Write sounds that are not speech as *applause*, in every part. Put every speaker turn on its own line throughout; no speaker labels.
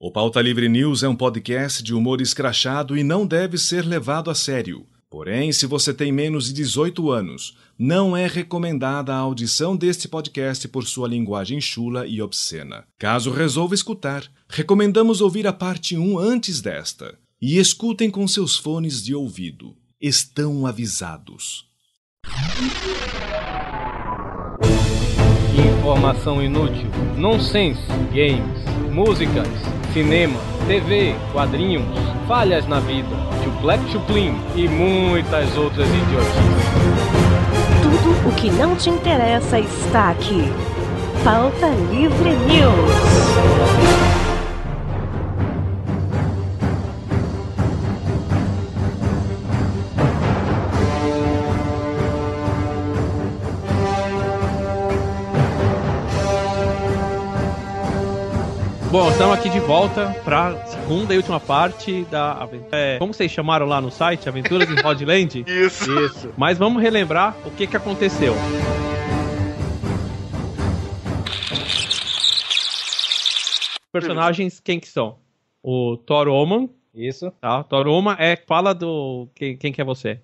O Pauta Livre News é um podcast de humor escrachado e não deve ser levado a sério. Porém, se você tem menos de 18 anos, não é recomendada a audição deste podcast por sua linguagem chula e obscena. Caso resolva escutar, recomendamos ouvir a parte 1 antes desta. E escutem com seus fones de ouvido. Estão avisados.
Informação inútil, nonsense, games, músicas, cinema, TV, quadrinhos, falhas na vida, chuplep chuplim e muitas outras idiotices.
Tudo o que não te interessa está aqui. Pauta Livre News.
Bom, estamos aqui de volta para segunda e última parte da aventura. É, como vocês chamaram lá no site? Aventuras em Rodland?
*laughs* Isso.
Isso. Mas vamos relembrar o que, que aconteceu. Personagens, quem que são? O Thor Oman.
Isso.
Tá, Thor Oman é. Fala do. Quem, quem que é você?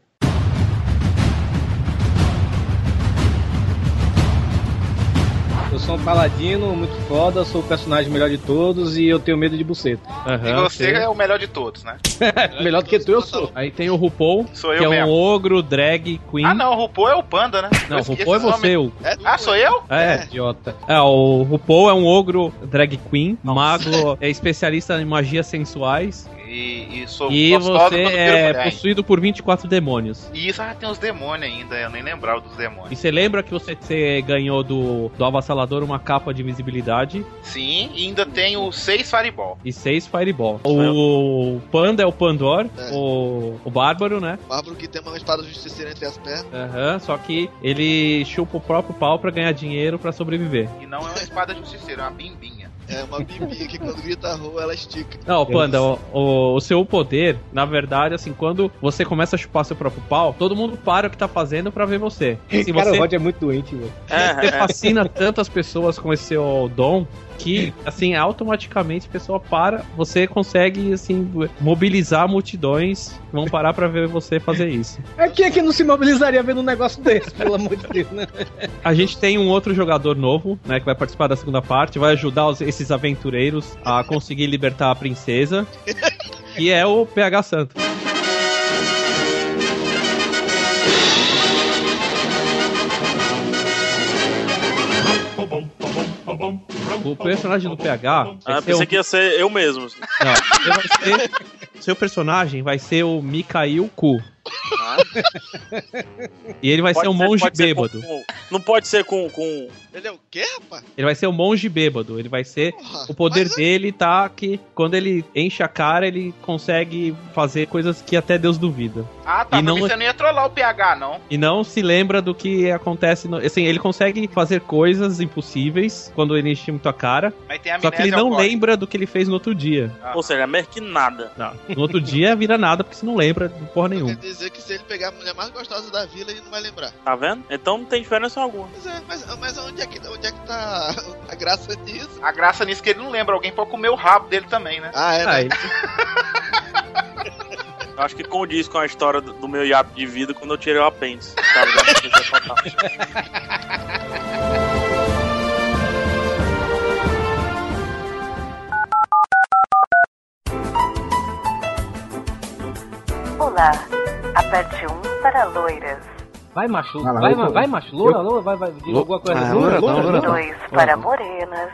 Eu sou um paladino muito foda, sou o personagem melhor de todos e eu tenho medo de buceta.
Uhum,
Ah,
e você sim. é o melhor de todos, né?
melhor, *laughs* melhor do que tu eu sou.
Aí tem o RuPaul,
sou eu
que é
mesmo.
um ogro, drag, queen.
Ah não, o RuPaul é o panda, né?
Não, o RuPaul é você. O...
É... Ah, sou eu?
É, é. idiota. É, o RuPaul é um ogro, drag queen, Nossa. mago, é especialista em magias sensuais.
E, e sou
e você é possuído por 24 demônios.
E isso, ah, tem os demônios ainda, eu nem lembrava dos demônios.
E você lembra que você, você ganhou do, do avassalador uma capa de invisibilidade.
Sim, e ainda tem o 6 Fireball.
E 6 Fireball. O Panda é o Pandor, é. O, o Bárbaro, né?
O bárbaro que tem uma espada justiceira entre as pernas.
Aham, uhum, só que ele chupa o próprio pau para ganhar dinheiro para sobreviver.
E não é uma espada justiceira, é uma bimbinha.
É uma bimbinha que quando grita rua ela estica.
Não, Panda, o, o, o, seu poder, na verdade, assim, quando você começa a chupar seu próprio pau, todo mundo para o que tá fazendo para ver você.
Assim, *laughs* Cara, você,
*laughs*
o Rod é muito doente, velho.
É,
é
Você
assim?
fascina tantas pessoas com esse seu dom
*laughs*
que, assim, automaticamente a pessoa para, você consegue, assim, mobilizar multidões que vão parar pra ver você fazer isso.
É quem é que não se mobilizaria vendo um negócio desse, pelo amor de Deus, né?
A gente tem um outro jogador novo, né, que vai participar da segunda parte, vai ajudar os, esses aventureiros a conseguir libertar a princesa, que é o PH Santo. O personagem do PH.
Ah, pensei um... que ia ser eu mesmo.
Não,
*laughs*
ser... Seu personagem vai ser o Mikhail Ku. Ah. E ele vai pode ser um monge ser, bêbado.
Com, não pode ser com, com.
Ele é o quê, rapaz?
Ele vai ser um monge bêbado. Ele vai ser. Porra, o poder mas... dele tá que quando ele enche a cara, ele consegue fazer coisas que até Deus duvida.
Ah, tá. E não...
é-
você não ia trollar o PH, não.
E não se lembra do que acontece. No... Assim, ele consegue fazer coisas impossíveis quando ele enche muito a cara.
A
só que ele não corre. lembra do que ele fez no outro dia.
Ah. Ou seja, é meio que nada.
Não. No
*laughs*
outro dia vira nada, porque você não lembra de porra nenhuma
dizer que se ele pegar a mulher mais gostosa da vila, ele não vai lembrar.
Tá vendo? Então não tem diferença alguma.
Mas, é, mas, mas onde, é que, onde é que tá a graça nisso?
A graça nisso é que ele não lembra. Alguém pode comer o rabo dele também, né?
Ah, é? Né?
Eu acho que condiz com a história do, do meu hiato de vida quando eu tirei o apêndice. Tá
Olá, aperte 1 um para loiras.
Vai macho, ah, vai, vai, vai macho, loura, eu... loura, vai, vai, diga alguma coisa. Ah, loura,
loura, loura, Dois para morenas.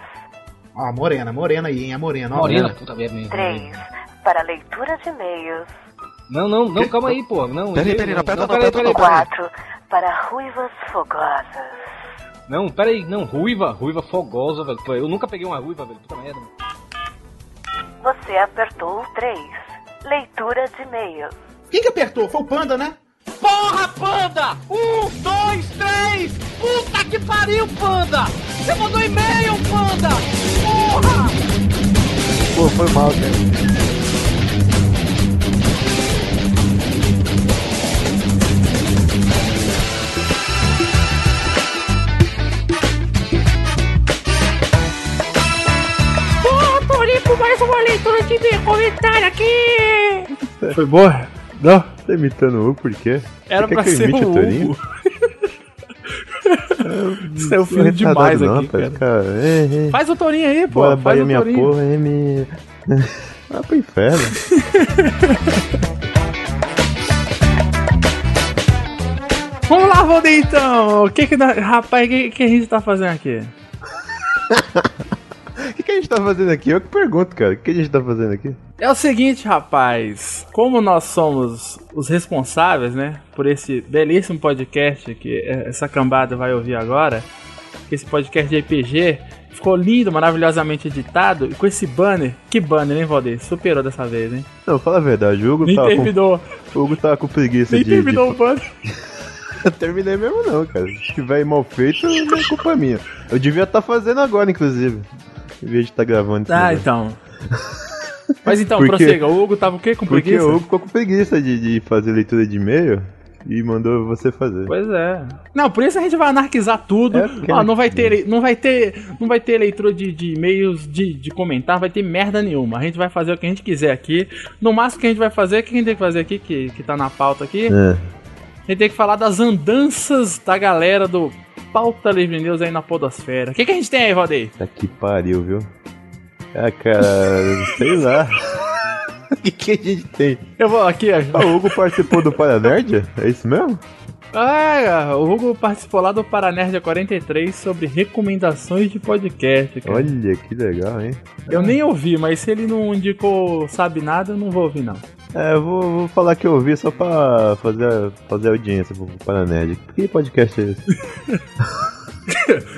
Ó, ah, morena, morena aí, hein, a morena.
Ó, morena, puta
Uhum.
merda.
Três para leitura de e-mails.
Não, não, não, calma aí, pô, não.
Peraí, peraí, não, aperta não, peraí, peraí.
Quatro para ruivas fogosas.
Não, peraí, não, ruiva, ruiva fogosa, velho. Eu nunca peguei uma ruiva, velho, puta merda.
Você apertou o três. Leitura de e-mails.
Quem que apertou? Foi o Panda, né?
Porra, Panda! Um, dois, três! Puta que pariu, Panda! Você mandou e-mail, Panda! Porra!
Pô, foi mal, cara.
Porra, Torico, mais uma
leitura de comentário aqui!
Foi boa? Não, tá imitando o Hugo por quê?
É. Era
Você quer
pra
que eu
ser
imite
o
Torinho?
Hugo. *laughs* Você é o filho
Retardado
demais
não,
aqui,
rapaz,
cara.
cara. É, é.
Faz o Torinho aí, pô.
Bora,
faz
Bahia,
o
minha
Torinho.
porra, M.
*laughs*
Vai pro inferno.
Vamos lá, Valdir, então. O que que... dá- Rapaz, o que, que a gente tá fazendo aqui?
O que, que a gente tá fazendo aqui? Eu que pergunto, cara. O que, que a gente tá fazendo aqui?
É o seguinte, rapaz. Como nós somos os responsáveis, né? Por esse belíssimo podcast que é, essa cambada vai ouvir agora. Esse podcast de RPG ficou lindo, maravilhosamente editado. E com esse banner. Que banner, hein, Valdir? Superou dessa vez, hein?
Não, fala a verdade. O Hugo
Nem
tava
terminou.
com... O Hugo tava com preguiça
Nem
de... *laughs*
terminou o banner.
de... Terminei mesmo não, cara. Se tiver mal feito, não é culpa minha. Eu devia estar fazendo agora, inclusive. Em vez de estar gravando. esse
Ah,
negócio.
então. Mas então,
Porque-
prossiga. O Hugo tava o quê? Com
Porque
preguiça?
o Hugo ficou com preguiça de, de fazer leitura de e-mail e mandou você fazer.
Pois é. Não, por isso a gente vai anarquizar tudo.
porque-
Ó, não vai ter, não vai ter, não vai ter leitura de, de e-mails, de, de comentar, vai ter merda nenhuma. A gente vai fazer o que a gente quiser aqui. No máximo que a gente vai fazer, o que a gente tem que fazer aqui, que, que tá na pauta aqui,
É.
a gente tem que falar das andanças da galera do Pauta Livre News aí na podosfera. O que, que a gente tem aí, Valdeir?
Tá que pariu, viu? Ah, *laughs* cara, sei lá. O que, que a gente tem?
Eu vou aqui, ó.
Ah, o Hugo participou do Paranerd? É isso mesmo?
Ah, o Hugo participou lá do Paranerdia 43 sobre recomendações de podcast, cara.
Olha que legal, hein?
Eu nem ouvi, mas se ele não indicou sabe nada, eu não vou ouvir, não.
É, eu vou, vou falar que eu ouvi só pra fazer, fazer audiência pro Paranerd. Que podcast é *laughs* esse?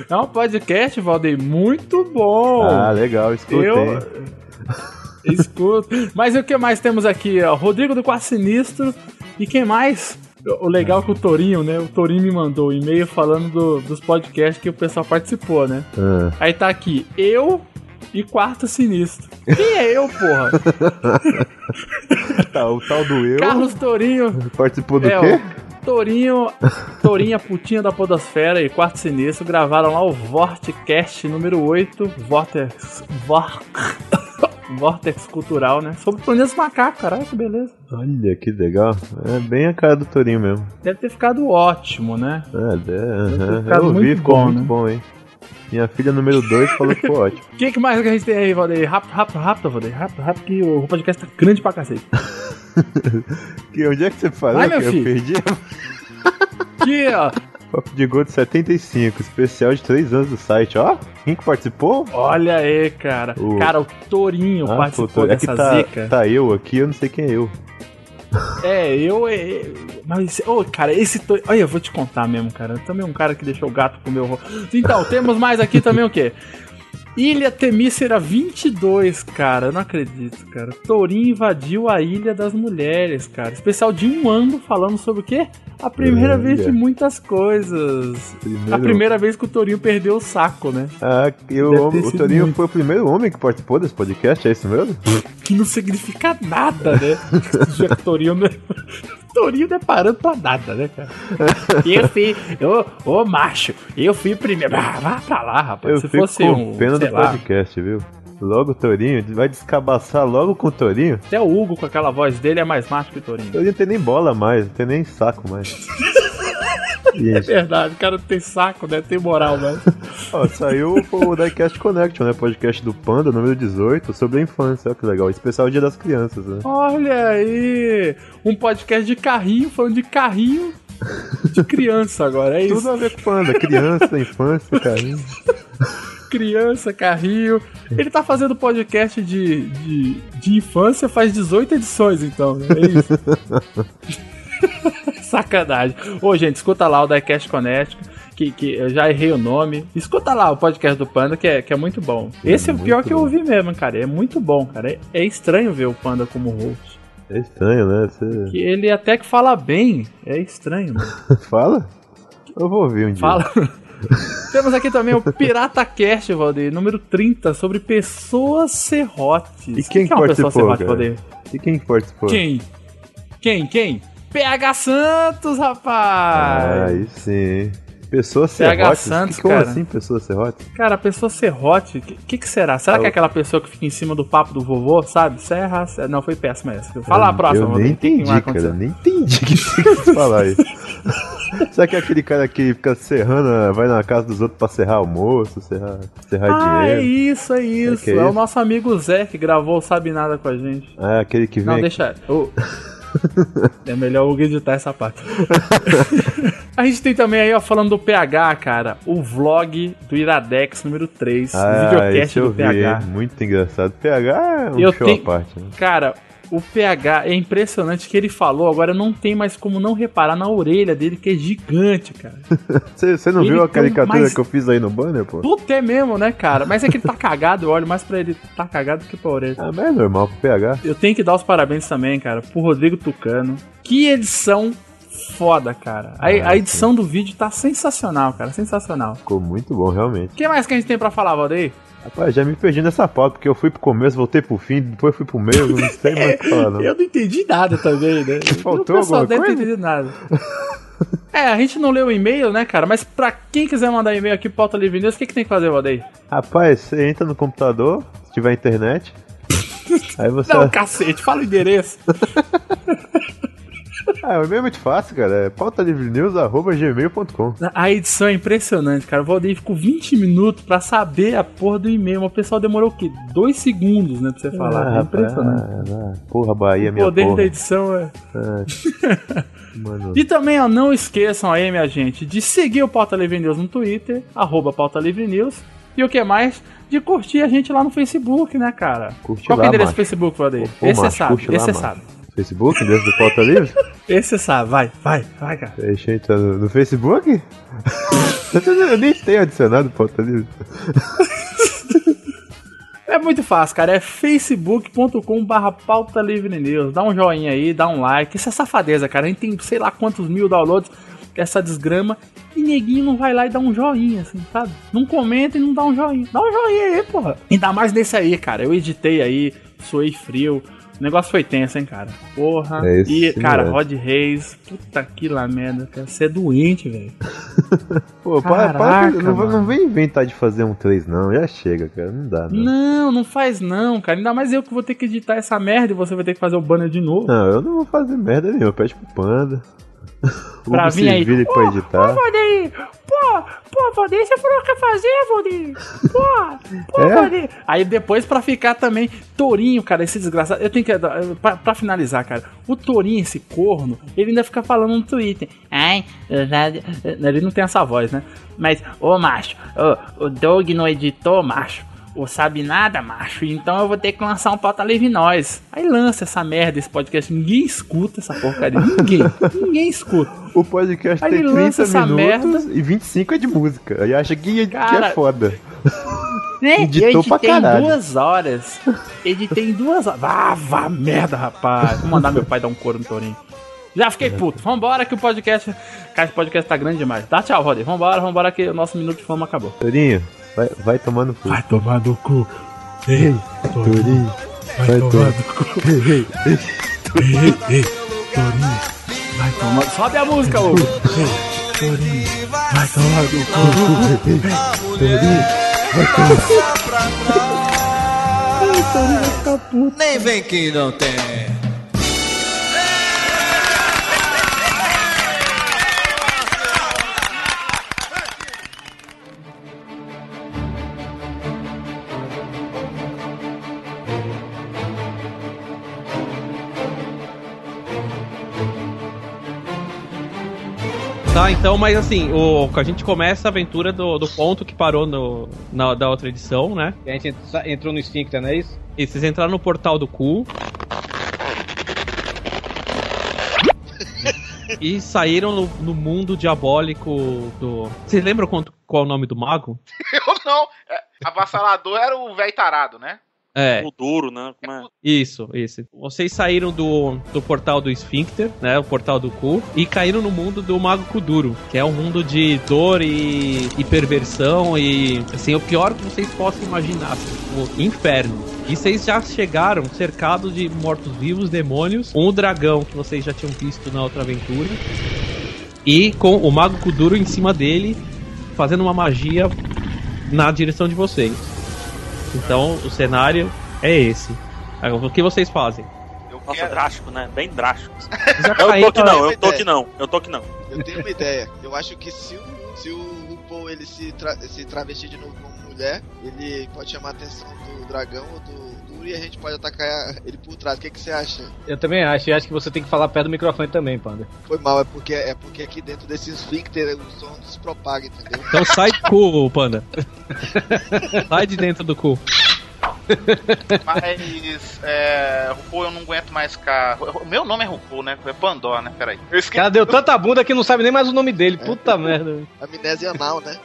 É um podcast, Valdeir, muito bom.
ah, legal, escutei.
Eu escuto. Mas e o que mais temos aqui? ó? Rodrigo do Quarto Sinistro. E quem mais? O legal é que o Torinho, né? O Torinho me mandou um e-mail falando do- dos podcasts que o pessoal participou, né?
Ah.
Aí tá aqui, eu e Quarto Sinistro. Quem é eu, porra?
tá, o tal do eu
Carlos Torinho.
participou do
é,
quê?
o Torinho, Torinho, a putinha da Podosfera e Quarto Sinistro gravaram lá o Vortcast número 8, Vortex. Vor... *coughs* Vortex Cultural, né? Sobre o planeta macaco, caralho, que beleza.
Olha que legal. É bem a cara do Torinho mesmo.
Deve ter ficado ótimo, né?
É, é, aham.
ficado
eu ouvi,
muito
ficou
bom,
muito
né?
bom, hein? Minha filha número 2 falou
*laughs*
que foi ótimo.
O que, que mais que a gente tem aí, Valdeir? Rápido, rápido, rápido, Valdeir. Rápido, rápido, que o podcast tá grande pra cacete.
Que, onde é que você falou
Vai,
que
meu
eu
filho.
perdi?
*laughs* Aqui, ó.
Papo de Gordo 75, especial de 3 anos do site, ó. Quem que participou?
Olha aí, cara.
O-
Cara, o Torinho
Ah,
participou
pô, é que
dessa
tá,
zica.
tá eu aqui, eu não sei quem é eu.
É, eu. é, é, Mas, ô, cara, esse. To... Olha, eu vou te contar mesmo, cara. Também um cara que deixou o gato comer o ro... Então, temos mais aqui também o quê? Ilha Temícera 22, cara. Eu não acredito, cara. Tourinho invadiu a Ilha das Mulheres, cara. Especial de um ano falando sobre o quê? A primeira
Olha.
vez de muitas coisas.
Primeiro-
A primeira vez que o Tourinho perdeu o saco, né?
Ah, eu,
Deve ter
o
sido
Torinho
muito.
foi o primeiro homem que participou desse podcast, é isso mesmo?
Que não significa nada, né? *laughs* Já que o Tourinho *laughs* não é... Tourinho não é parando pra nada, né,
*laughs*
cara? Eu fui. Ô, ô, macho, eu fui primeiro. Ah, vá pra lá, rapaz.
Eu
Se
fico
fosse
com
um.
pena
sei
do
lá,
podcast, viu? Logo o Torinho, vai descabaçar logo com o Torinho.
até o Hugo com aquela voz dele é mais macho que o Tourinho.
Torinho não tem nem bola mais, não tem nem saco
*laughs*
mais.
É
Gente,
verdade, o cara não tem saco, né? Tem moral,
*laughs*
né?
Ó, saiu o Diecast Connection, né? Podcast do Panda, número 18, sobre a infância. Olha que legal. Especial Dia das Crianças, né?
Olha aí! Um podcast de carrinho, falando de carrinho de criança agora, é isso?
Tudo a ver com Panda, criança, infância, carinho.
criança, carrinho. Ele tá fazendo podcast de, de, de infância, faz 18 edições, então, né? É isso.
*laughs*
Sacanagem. Ô, gente, escuta lá o Diecast Connect, que, que eu já errei o nome. Escuta lá o podcast do Panda, que é, que é muito bom. Esse é o
muito
pior que eu
bom.
ouvi mesmo, cara. É muito bom, cara. É, é estranho ver o Panda como host.
É estranho, né? Você
Que ele até que fala bem. É estranho, mano.
*laughs* fala? Eu vou ouvir um dia.
Fala. *laughs* Temos aqui também o Pirata Cast, Valdeir, número 30, sobre pessoas serrotes.
E quem
O que é uma
participou,
pessoa serrote,
cara?
Valdeir?
E quem que participou?
Quem? Quem? Quem? PH Santos,
Ah,
rapaz!
aí sim. hein? Pessoa
PH
serrote?
Santos,
que, como
cara.
assim, pessoa serrote?
Cara, a pessoa serrote, o que, que, que será? Será que é aquela pessoa que fica em cima do papo do vovô, sabe? Serra, serra. Não, foi péssima essa. Fala a próxima.
Eu
Rodrigo,
nem
o que que
entendi,
vai
cara.
acontecer?
eu Nem entendi o que você quis *laughs* falar aí. Será que é aquele cara que fica serrando, né? vai na casa dos outros pra serrar almoço, serrar, serrar
Ah, é
dinheiro?
isso, é isso.
que
É,
é
o
isso?
nosso amigo Zé que gravou o Sabe Nada com a gente.
Ah, aquele que vem.
Não,
aqui-
deixa. eu- é melhor eu editar
*laughs*
essa parte. a gente tem também aí, ó, falando do PH, cara, o vlog do Iradex número 3,
Ah,
o videocast
esse eu
do
vi,
PH.
hein? Muito engraçado. PH é um
Eu
show
tenho-
à parte. Né? *laughs*
Cara, o PH é impressionante que ele falou, agora não tem mais como não reparar na orelha dele, que é gigante, cara.
Você, você não
Ele
viu a
tem
caricatura
mais-
que eu fiz aí no banner, pô?
Puta é mesmo, né, cara? Mas é que ele tá *laughs* cagado, eu olho mais pra ele tá cagado do que pra orelha.
Ah, mas é normal pro PH.
Eu tenho que dar os parabéns também, cara, pro Rodrigo Tucano. Que edição foda, cara. A, a
Ah,
edição do vídeo tá sensacional, cara, sensacional.
Ficou muito bom, realmente.
O que mais que a gente tem pra falar, Valdeir?
Rapaz, já me perdi nessa pauta, porque eu fui pro começo, voltei pro fim, depois fui pro meio, não sei mais o é que falar, não.
*laughs* Eu não entendi nada também, né?
*laughs* Faltou
o pessoal
alguma
deve ter
coisa?
entendido nada. É, a gente não leu o e-mail, né, cara? Mas pra quem quiser mandar e-mail aqui, pauta livre news, o que, que tem que fazer, Valdeir?
Rapaz, você entra no computador, se tiver
*laughs*
internet, aí você... é-
Não, cacete, fala o endereço.
Ah, o e-mail é muito fácil, cara, é pautalivrenews.gmail.com
A edição é impressionante, cara. O Valdeir ficou 20 minutos pra saber a porra do e-mail. mas O pessoal demorou o quê? Dois segundos, né, pra você falar. é impressionante.
Ah, ah, porra, Bahia,
o
minha
poder
porra.
da edição é...
Ah,
*laughs*
mano,
E também, ó, não esqueçam aí, minha gente, de seguir o Pauta Livre News no Twitter, arroba Pauta Livre News, e o que mais? De curtir a gente lá no Facebook, né, cara?
Curte
Qual que
lá,
é o endereço
macho.
do Facebook, Valdeir?
Ô,
Esse
macho,
é sabe,
curte
esse
lá,
é
macho.
sabe.
Facebook, dentro do Pauta
*laughs*
Livre?
Esse é sabe, vai, vai, vai, cara.
Deixa eu entrar no, no Facebook? *laughs* eu nem tenho adicionado Pauta Livre.
É muito fácil, cara, é facebook.com barra Pauta Livre News, dá um joinha aí, dá um like, isso é safadeza, cara, a gente tem sei lá quantos mil downloads, essa desgrama, e neguinho não vai lá e dá um joinha, assim, sabe? Não comenta e não dá um joinha, dá um joinha aí, porra. Ainda mais nesse aí, cara, eu editei aí, suei frio, o negócio foi tenso, hein, cara, porra.
É isso
e, cara,
mesmo.
Rod Reis, puta que lá merda, cara, você é doente, velho.
*laughs* Pô, para, para,
Caraca,
não, vai-
mano.
não vem inventar de fazer um 3 não, já chega, cara, não dá não.
Não, não faz não, cara. Ainda mais eu que vou ter que editar essa merda e você vai ter que fazer o banner de novo.
Não, eu não vou fazer merda nenhuma, pede pro
*laughs*
Panda. O
Pra
Hugo
vir aí.
se vire pra
Ô,
editar.
Valdeir! Pô, pô, Valdeir, você falou que ia fazer, Valdeir! Pô, pô,
É?
Valdeir! Aí depois pra ficar também, Torinho, cara, esse desgraçado. Eu tenho que. eh, Pra, pra finalizar, cara, o Torinho, esse corno, ele ainda fica falando no Twitter. Ai, eu já- eh, ele não tem essa voz, né? Mas, ô macho, ô, o Doug não editou, macho. O sabe nada, macho. Então eu vou ter que lançar um pauta livre nós. Aí lança essa merda, esse podcast. Ninguém escuta essa porcaria. *laughs* Ninguém. ninguém escuta.
*laughs* O podcast
Aí
tem
ele
30
lança
minutos
essa
e 25 é de música. Aí acha que, que
Cara,
é foda.
Né?
Editou
eu editei
pra
em
caralho.
duas horas. Editei em duas horas. Ah, vá merda, rapaz. Vou mandar meu pai dar um couro no Torinho. Já fiquei puto. Vambora que o podcast. Cara, esse podcast tá grande demais. Tá, tchau, Roder. Vambora, vambora que o nosso minuto de fama acabou.
Torinho, vai, vai tomando cu.
Vai tomar no cu.
Ei, Torinho, vai, tomar no cu. Ei, ei, ei, Torinho.
Vai tomar. Sobe a música, ô. Vai tomar no cu.
Nem vem que não tem.
Tá, então, mas assim, o, a gente começa a aventura do, do ponto que parou no, na, da outra edição, né?
A gente entrou no Sphincter, não é isso?
E vocês entraram no portal do
*laughs*
cu. E saíram no, no mundo diabólico do. Vocês lembram quanto, qual é o nome do mago?
*laughs* Eu não. É, Avassalador era o velho tarado, né?
É.
O duro, né? Como é?
Então, Isso, isso. Vocês saíram do, do portal do esfíncter, né? O portal do cu, e caíram no mundo do Mago Kuduro, que é um mundo de dor e, e perversão e, assim, o pior que vocês possam imaginar, assim, o inferno. E vocês já chegaram cercados de mortos-vivos, demônios, um dragão que vocês já tinham visto na outra aventura. E com o Mago Kuduro em cima dele, fazendo uma magia na direção de vocês. Então o cenário é esse. Agora, O que vocês fazem?
Nossa, drástico, né? Bem drástico.
caí,
eu tô que
cara.
não, eu tô que não, eu tô que não.
Eu tenho uma ideia. Eu acho que se o, se o RuPaul ele se, tra se travestir de novo como mulher, ele pode chamar a atenção do dragão ou do, do e a gente pode atacar ele por trás. O que, que você acha?
Eu também acho, e acho que você tem que falar perto do microfone também, Panda.
Foi mal, é porque, é porque aqui dentro desse esfíncter o som se propaga, entendeu?
Então sai do cu, panda. sai de dentro do cu.
Mas, é. RuPaul eu não aguento mais ficar. O meu nome é RuPaul, né? É Pandó, né? Peraí. Eu
O cara deu tanta bunda que não sabe nem mais o nome dele. Puta merda.
Amnésia anal, né?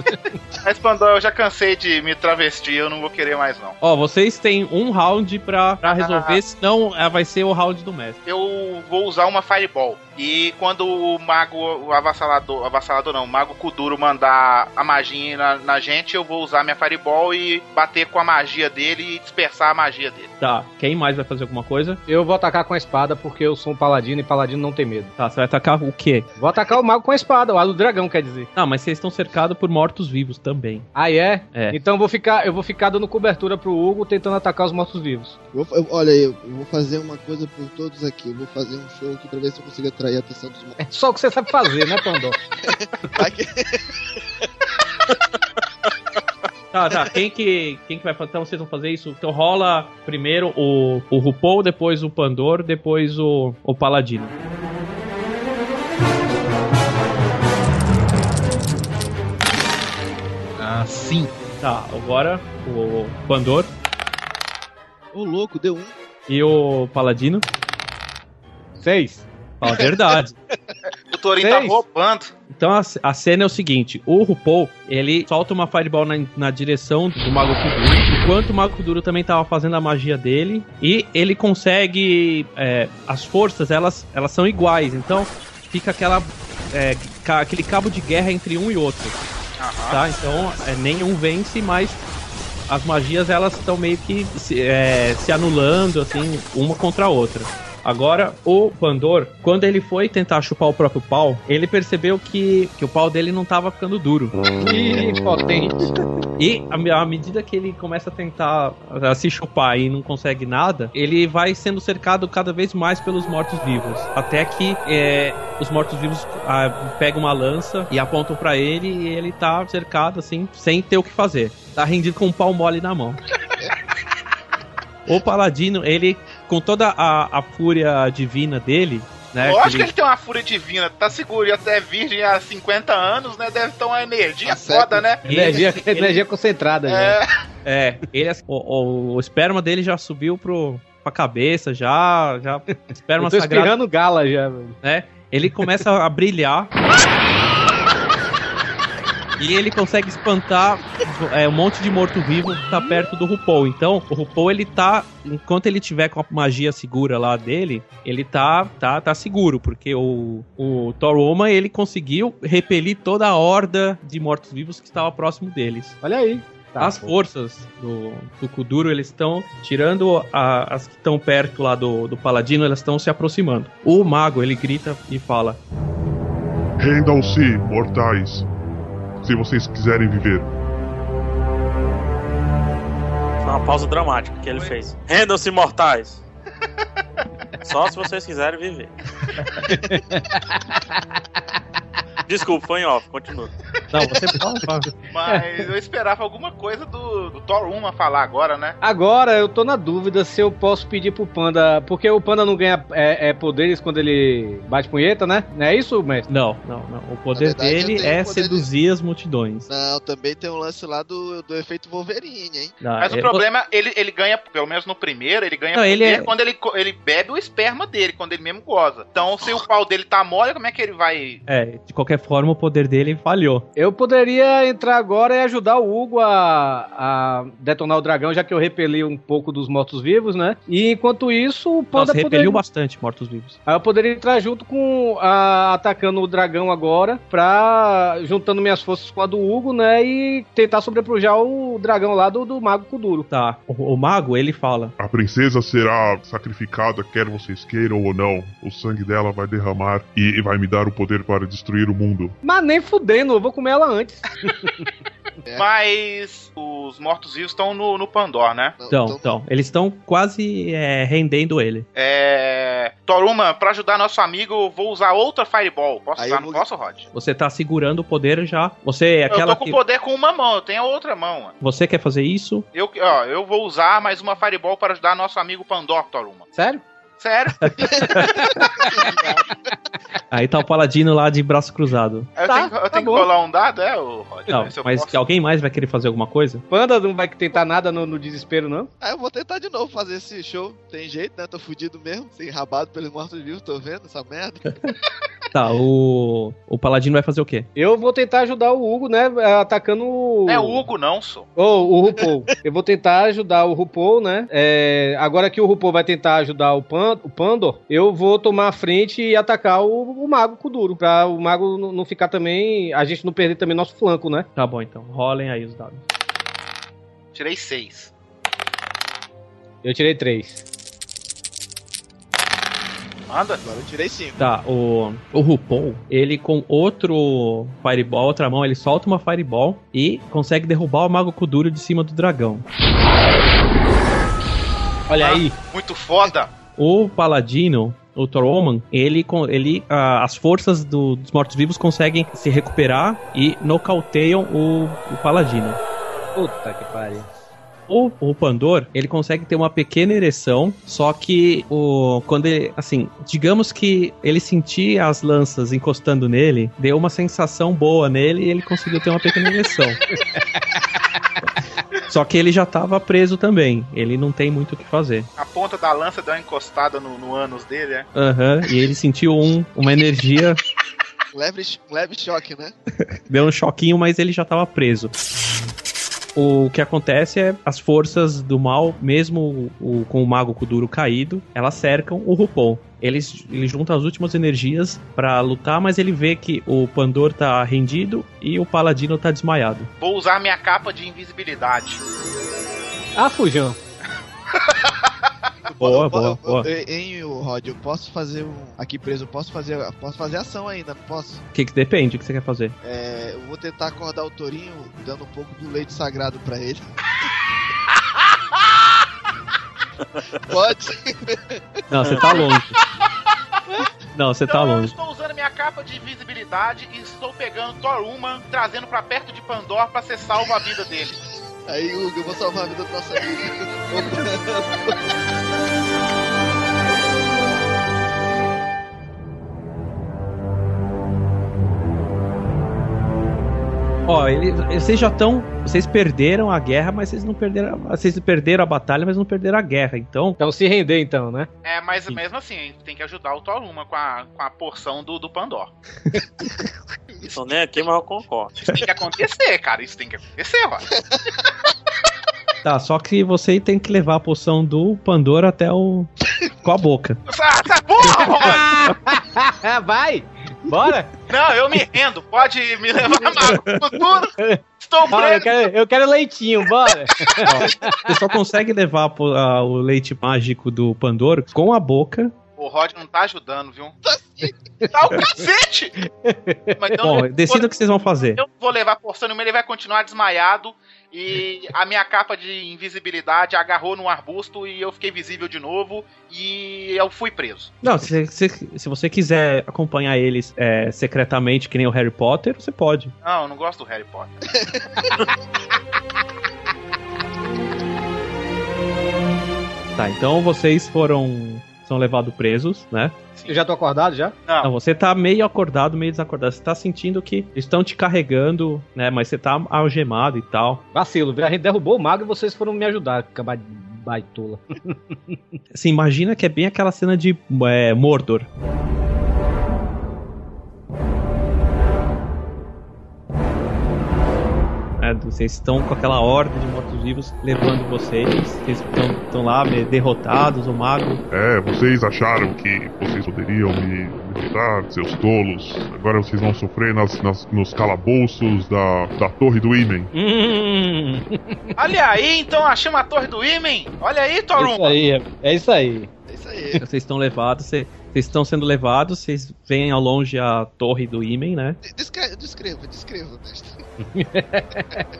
*laughs* Mas Pandó, eu já cansei de me travestir, eu não vou querer mais não.
Ó, vocês têm um round pra, pra resolver, senão é, vai ser o round do mestre.
Eu vou usar uma Fireball. E quando o mago, o avassalador, avassalador não, o mago Kuduro mandar a magia na, na gente, eu vou usar minha Fireball e bater com a magia dele e dispersar a magia dele.
Tá, quem mais vai fazer alguma coisa?
Eu vou atacar com a espada porque eu sou um paladino e paladino não tem medo.
Tá, você vai atacar o quê?
Vou atacar o mago com a espada, o aro do dragão, quer dizer.
Não, mas vocês estão cercados por mortos-vivos também.
Aí é?
É.
Então eu vou ficar, eu vou ficar dando cobertura pro Hugo tentando atacar os mortos-vivos.
Eu, eu- olha, eu, eu vou fazer uma coisa por todos aqui. Eu vou fazer um show aqui pra ver se eu consigo atrair a atenção dos
É só o que você sabe fazer, né, Pandó?
Tá, tá. Quem que, quem que vai fazer? Então vocês vão fazer isso? Então rola primeiro o, o RuPaul, depois o Pandor, depois o, o Paladino. Ah, sim. Tá, agora o Pandor
Ô, louco, deu um.
e o Paladino.
Seis.
Fala a *laughs* verdade.
O Torin tá
Seis.
roubando.
Então a, c- a cena é o seguinte: o RuPaul ele solta uma fireball na, na direção do Mago Kuduro, enquanto o Mago Kuduro também tava fazendo a magia dele e ele consegue é, as forças elas elas são iguais, então fica aquela é, ca- aquele cabo de guerra entre um e outro, tá? Então é, nenhum vence, mas as magias elas estão meio que se, é, se anulando assim uma contra a outra. Agora, o Pandor, quando ele foi tentar chupar o próprio pau, ele percebeu que, que o pau dele não tava ficando duro.
Que potente.
*laughs* E à à medida que ele começa a tentar a se chupar e não consegue nada, ele vai sendo cercado cada vez mais pelos mortos-vivos. Até que é, os mortos-vivos ah, pegam uma lança e apontam pra ele e ele tá cercado assim, sem ter o que fazer. Tá rendido com um pau mole na mão. O paladino, ele, com toda a, a fúria divina dele,
é
né?
Lógico
que
que ele tem uma fúria divina, tá seguro, e até é virgem há 50 anos, né? Deve ter uma
Tá
energia foda, né?
Energia, energia concentrada.
É.
gente.
assim, É, ele, o, o, o esperma dele já subiu pro, pra cabeça, já. já esperma
Eu tô
sagrado,
esperando gala já, velho.
né? Ele começa a brilhar. E ele consegue espantar é, um monte de morto-vivo que tá perto do RuPaul. Então, o RuPaul, ele tá. Enquanto ele tiver com a magia segura lá dele, ele tá tá, tá seguro, porque o, o Toroma, ele conseguiu repelir toda a horda de mortos-vivos que estava próximo deles.
Olha aí. Tá,
as forças do, do Kuduro, eles estão tirando a- as que estão perto lá do, do Paladino, elas estão se aproximando. O mago, ele grita e fala:
Rendam-se, mortais, se vocês quiserem viver.
Foi uma pausa dramática que ele fez. Rendam-se, mortais! Só se vocês quiserem viver. Desculpa, foi em off, continua.
Não, você pode.
Mas eu esperava alguma coisa do, do Toruma falar agora, né?
Agora eu tô na dúvida se eu posso pedir pro Panda. Porque o Panda não ganha é, é, poderes quando ele bate punheta, né? Não é isso, mestre?
Não, não, não. O poder
verdade, eu
dele
tenho
é
o poder
seduzir as multidões.
*laughs* Não, também tem um lance lá do, do efeito Wolverine, hein?
Não,
Mas o
é-
problema, ele, ele ganha, pelo menos no primeiro, ele ganha
Não,
poder
ele é-
quando ele, co- ele bebe o esperma dele, quando ele mesmo goza. Então, se o pau dele tá mole, como é que ele vai.
tipo, É, de qualquer forma, o poder dele falhou.
Eu poderia entrar agora e ajudar o Hugo a, a detonar o dragão, já que eu repeli um pouco dos mortos-vivos, né? E enquanto isso, o
Nossa,
Panda
repeliu
poderia...
bastante mortos-vivos.
Aí eu poderia entrar junto com a, atacando o dragão agora, pra juntando minhas forças com a do Hugo, né? E tentar sobrepujar o dragão lá do, do Mago Kuduro.
Tá. O, o mago, ele fala.
A princesa será sacrificada, quer vocês queiram ou não. O sangue dela vai derramar e vai me dar o poder para destruir o mundo.
Mas nem fudendo, eu vou comer ela antes. *laughs*
É.
Mas os mortos-vivos estão no, no Pandor, né?
Então, então, eles estão quase é, rendendo ele.
É. Toruma, pra ajudar nosso amigo, eu vou usar outra Fireball. Posso
Aí
usar?
eu
Não posso, Rod?
Você tá segurando o poder já. Você é
eu
aquela
tô com
que.
o poder com uma mão, eu tenho a outra mão. mano.
Você quer fazer isso?
Eu, ó, eu vou usar mais uma Fireball para ajudar nosso amigo Pandor, Toruma.
Sério?
*laughs*
Sério?
Tá, Aí tá o paladino lá de braço cruzado.
*laughs* eu tenho, que- eu tenho que rolar um dado, é, ô, Rod?
tá Não,
Né, se eu
mas
posso.
alguém mais vai querer fazer alguma coisa?
Panda não vai tentar nada no, no desespero, não?
Ah, eu vou tentar de novo fazer esse show. Tem jeito, né? Tô fudido mesmo, sem rabado pelos mortos-vivos, tô vendo essa merda.
Tá, o. O paladino vai fazer o quê?
Eu vou tentar ajudar o Hugo, né? Atacando o.
Não é o Hugo, não, sou.
Ou o RuPaul. Eu vou tentar ajudar o RuPaul, né? É, agora que o RuPaul vai tentar ajudar o, Pan, o Pandor, eu vou tomar a frente e atacar o, o Mago Kuduro. Pra o Mago não não ficar também. A gente não perder também nosso flanco, né?
Tá bom, então. Rolem aí os dados.
Tirei seis.
Eu tirei três.
Anda.
Agora eu tirei cinco.
Tá, o, o RuPaul, ele com outro Fireball, outra mão, ele solta uma Fireball e consegue derrubar o Mago Kuduro de cima do dragão. Olha aí.
Ah, Muito foda.
O Paladino, o Toroman, ele, con- ele ah, as forças do- dos mortos-vivos conseguem se recuperar e nocauteiam o, o Paladino.
Puta que pariu.
O, o Pandor, ele consegue ter uma pequena ereção, só que o quando ele, assim, digamos que ele sentir as lanças encostando nele, deu uma sensação boa nele e ele conseguiu ter uma pequena ereção. só que ele já tava preso também, ele não tem muito o que fazer.
A ponta da lança deu uma encostada no, no ânus dele, é?
Aham, e ele sentiu um, uma energia,
Um leve, ch- um leve choque, né?
*laughs* deu um choquinho, mas ele já tava preso. O que acontece é as forças do mal, mesmo o- o- com o Mago Kuduro caído, elas cercam o Rupon. Eles, ele junta as últimas energias pra lutar, mas ele vê que o Pandor tá rendido e o Paladino tá desmaiado.
Vou usar minha capa de invisibilidade.
Ah, fujão.
*laughs* Boa, boa, boa.
Eu- Hein, ô, Rod, eu posso fazer um. Aqui preso, eu posso fazer. Posso fazer ação ainda, não posso?
O que, que depende? O que você quer fazer?
É, eu vou tentar acordar o tourinho dando um pouco do leite sagrado pra *laughs* ele. Pode?
Não, você tá
*laughs*
longe. Não, você tá longe.
Estou usando minha capa de invisibilidade e estou pegando Toruman, trazendo pra perto de Pandor pra ser salvo a vida dele.
Aí, Hugo, eu vou salvar a vida do nosso amigo.
Ó, ele- vocês já estão. Vocês perderam a guerra, mas vocês não perderam. a- Vocês perderam a batalha, mas não perderam a guerra, então.
Então se render, então, né?
É, mas mesmo assim, a gente tem que ajudar o Toruma com a, com a porção do, do Pandor.
Não nem aqui, mas eu concordo.
Isso tem que acontecer, cara. Isso tem que acontecer, ó.
Tá, só que você tem que levar a poção do Pandora até o. com a boca.
Essa, essa porra, Rod!
*laughs* Vai! Bora!
Não, eu me rendo. Pode me levar mal pro futuro. Estou
Ah, eu,
preso.
quero, eu quero leitinho,
*laughs*
bora!
Você só consegue levar a po- a- o leite mágico do Pandora com a boca.
O Rod não tá ajudando, viu? Tá, tá o cacete! Mas então
Bom,
eu-
decida o que vocês vão fazer.
Eu não vou levar porção nenhuma, ele vai continuar desmaiado. E a minha capa de invisibilidade agarrou num arbusto e eu fiquei visível de novo. E eu fui preso.
Não, se, se, se você quiser acompanhar eles é, secretamente, que nem o Harry Potter, você pode.
Não, eu não gosto do Harry Potter.
Tá, então vocês foram. são levados presos, né?
Eu já tô acordado já?
Não.
você tá meio acordado, meio desacordado. Você tá sentindo que estão te carregando, né? Mas você tá algemado e tal.
Vacilo, a gente derrubou o mago e vocês foram me ajudar, camba de baitola. *laughs*
Assim, imagina que é bem aquela cena de é, Mordor. É, Vocês estão com aquela horda de mortos-vivos levando vocês. Vocês estão- estão lá meio derrotados, o mago.
É, vocês acharam que vocês poderiam me libertar, seus tolos. Agora vocês vão sofrer nas, nas- nos calabouços da, da Torre do Imen.
Olha aí, então achei uma torre do Imen. Olha aí, Torum.
aí, é isso aí.
É isso aí.
Vocês estão levados, cê- vocês estão sendo levados, vocês veem ao longe a torre do Imen,
*laughs*
né?
Descre- Descreva, descreva, mestre.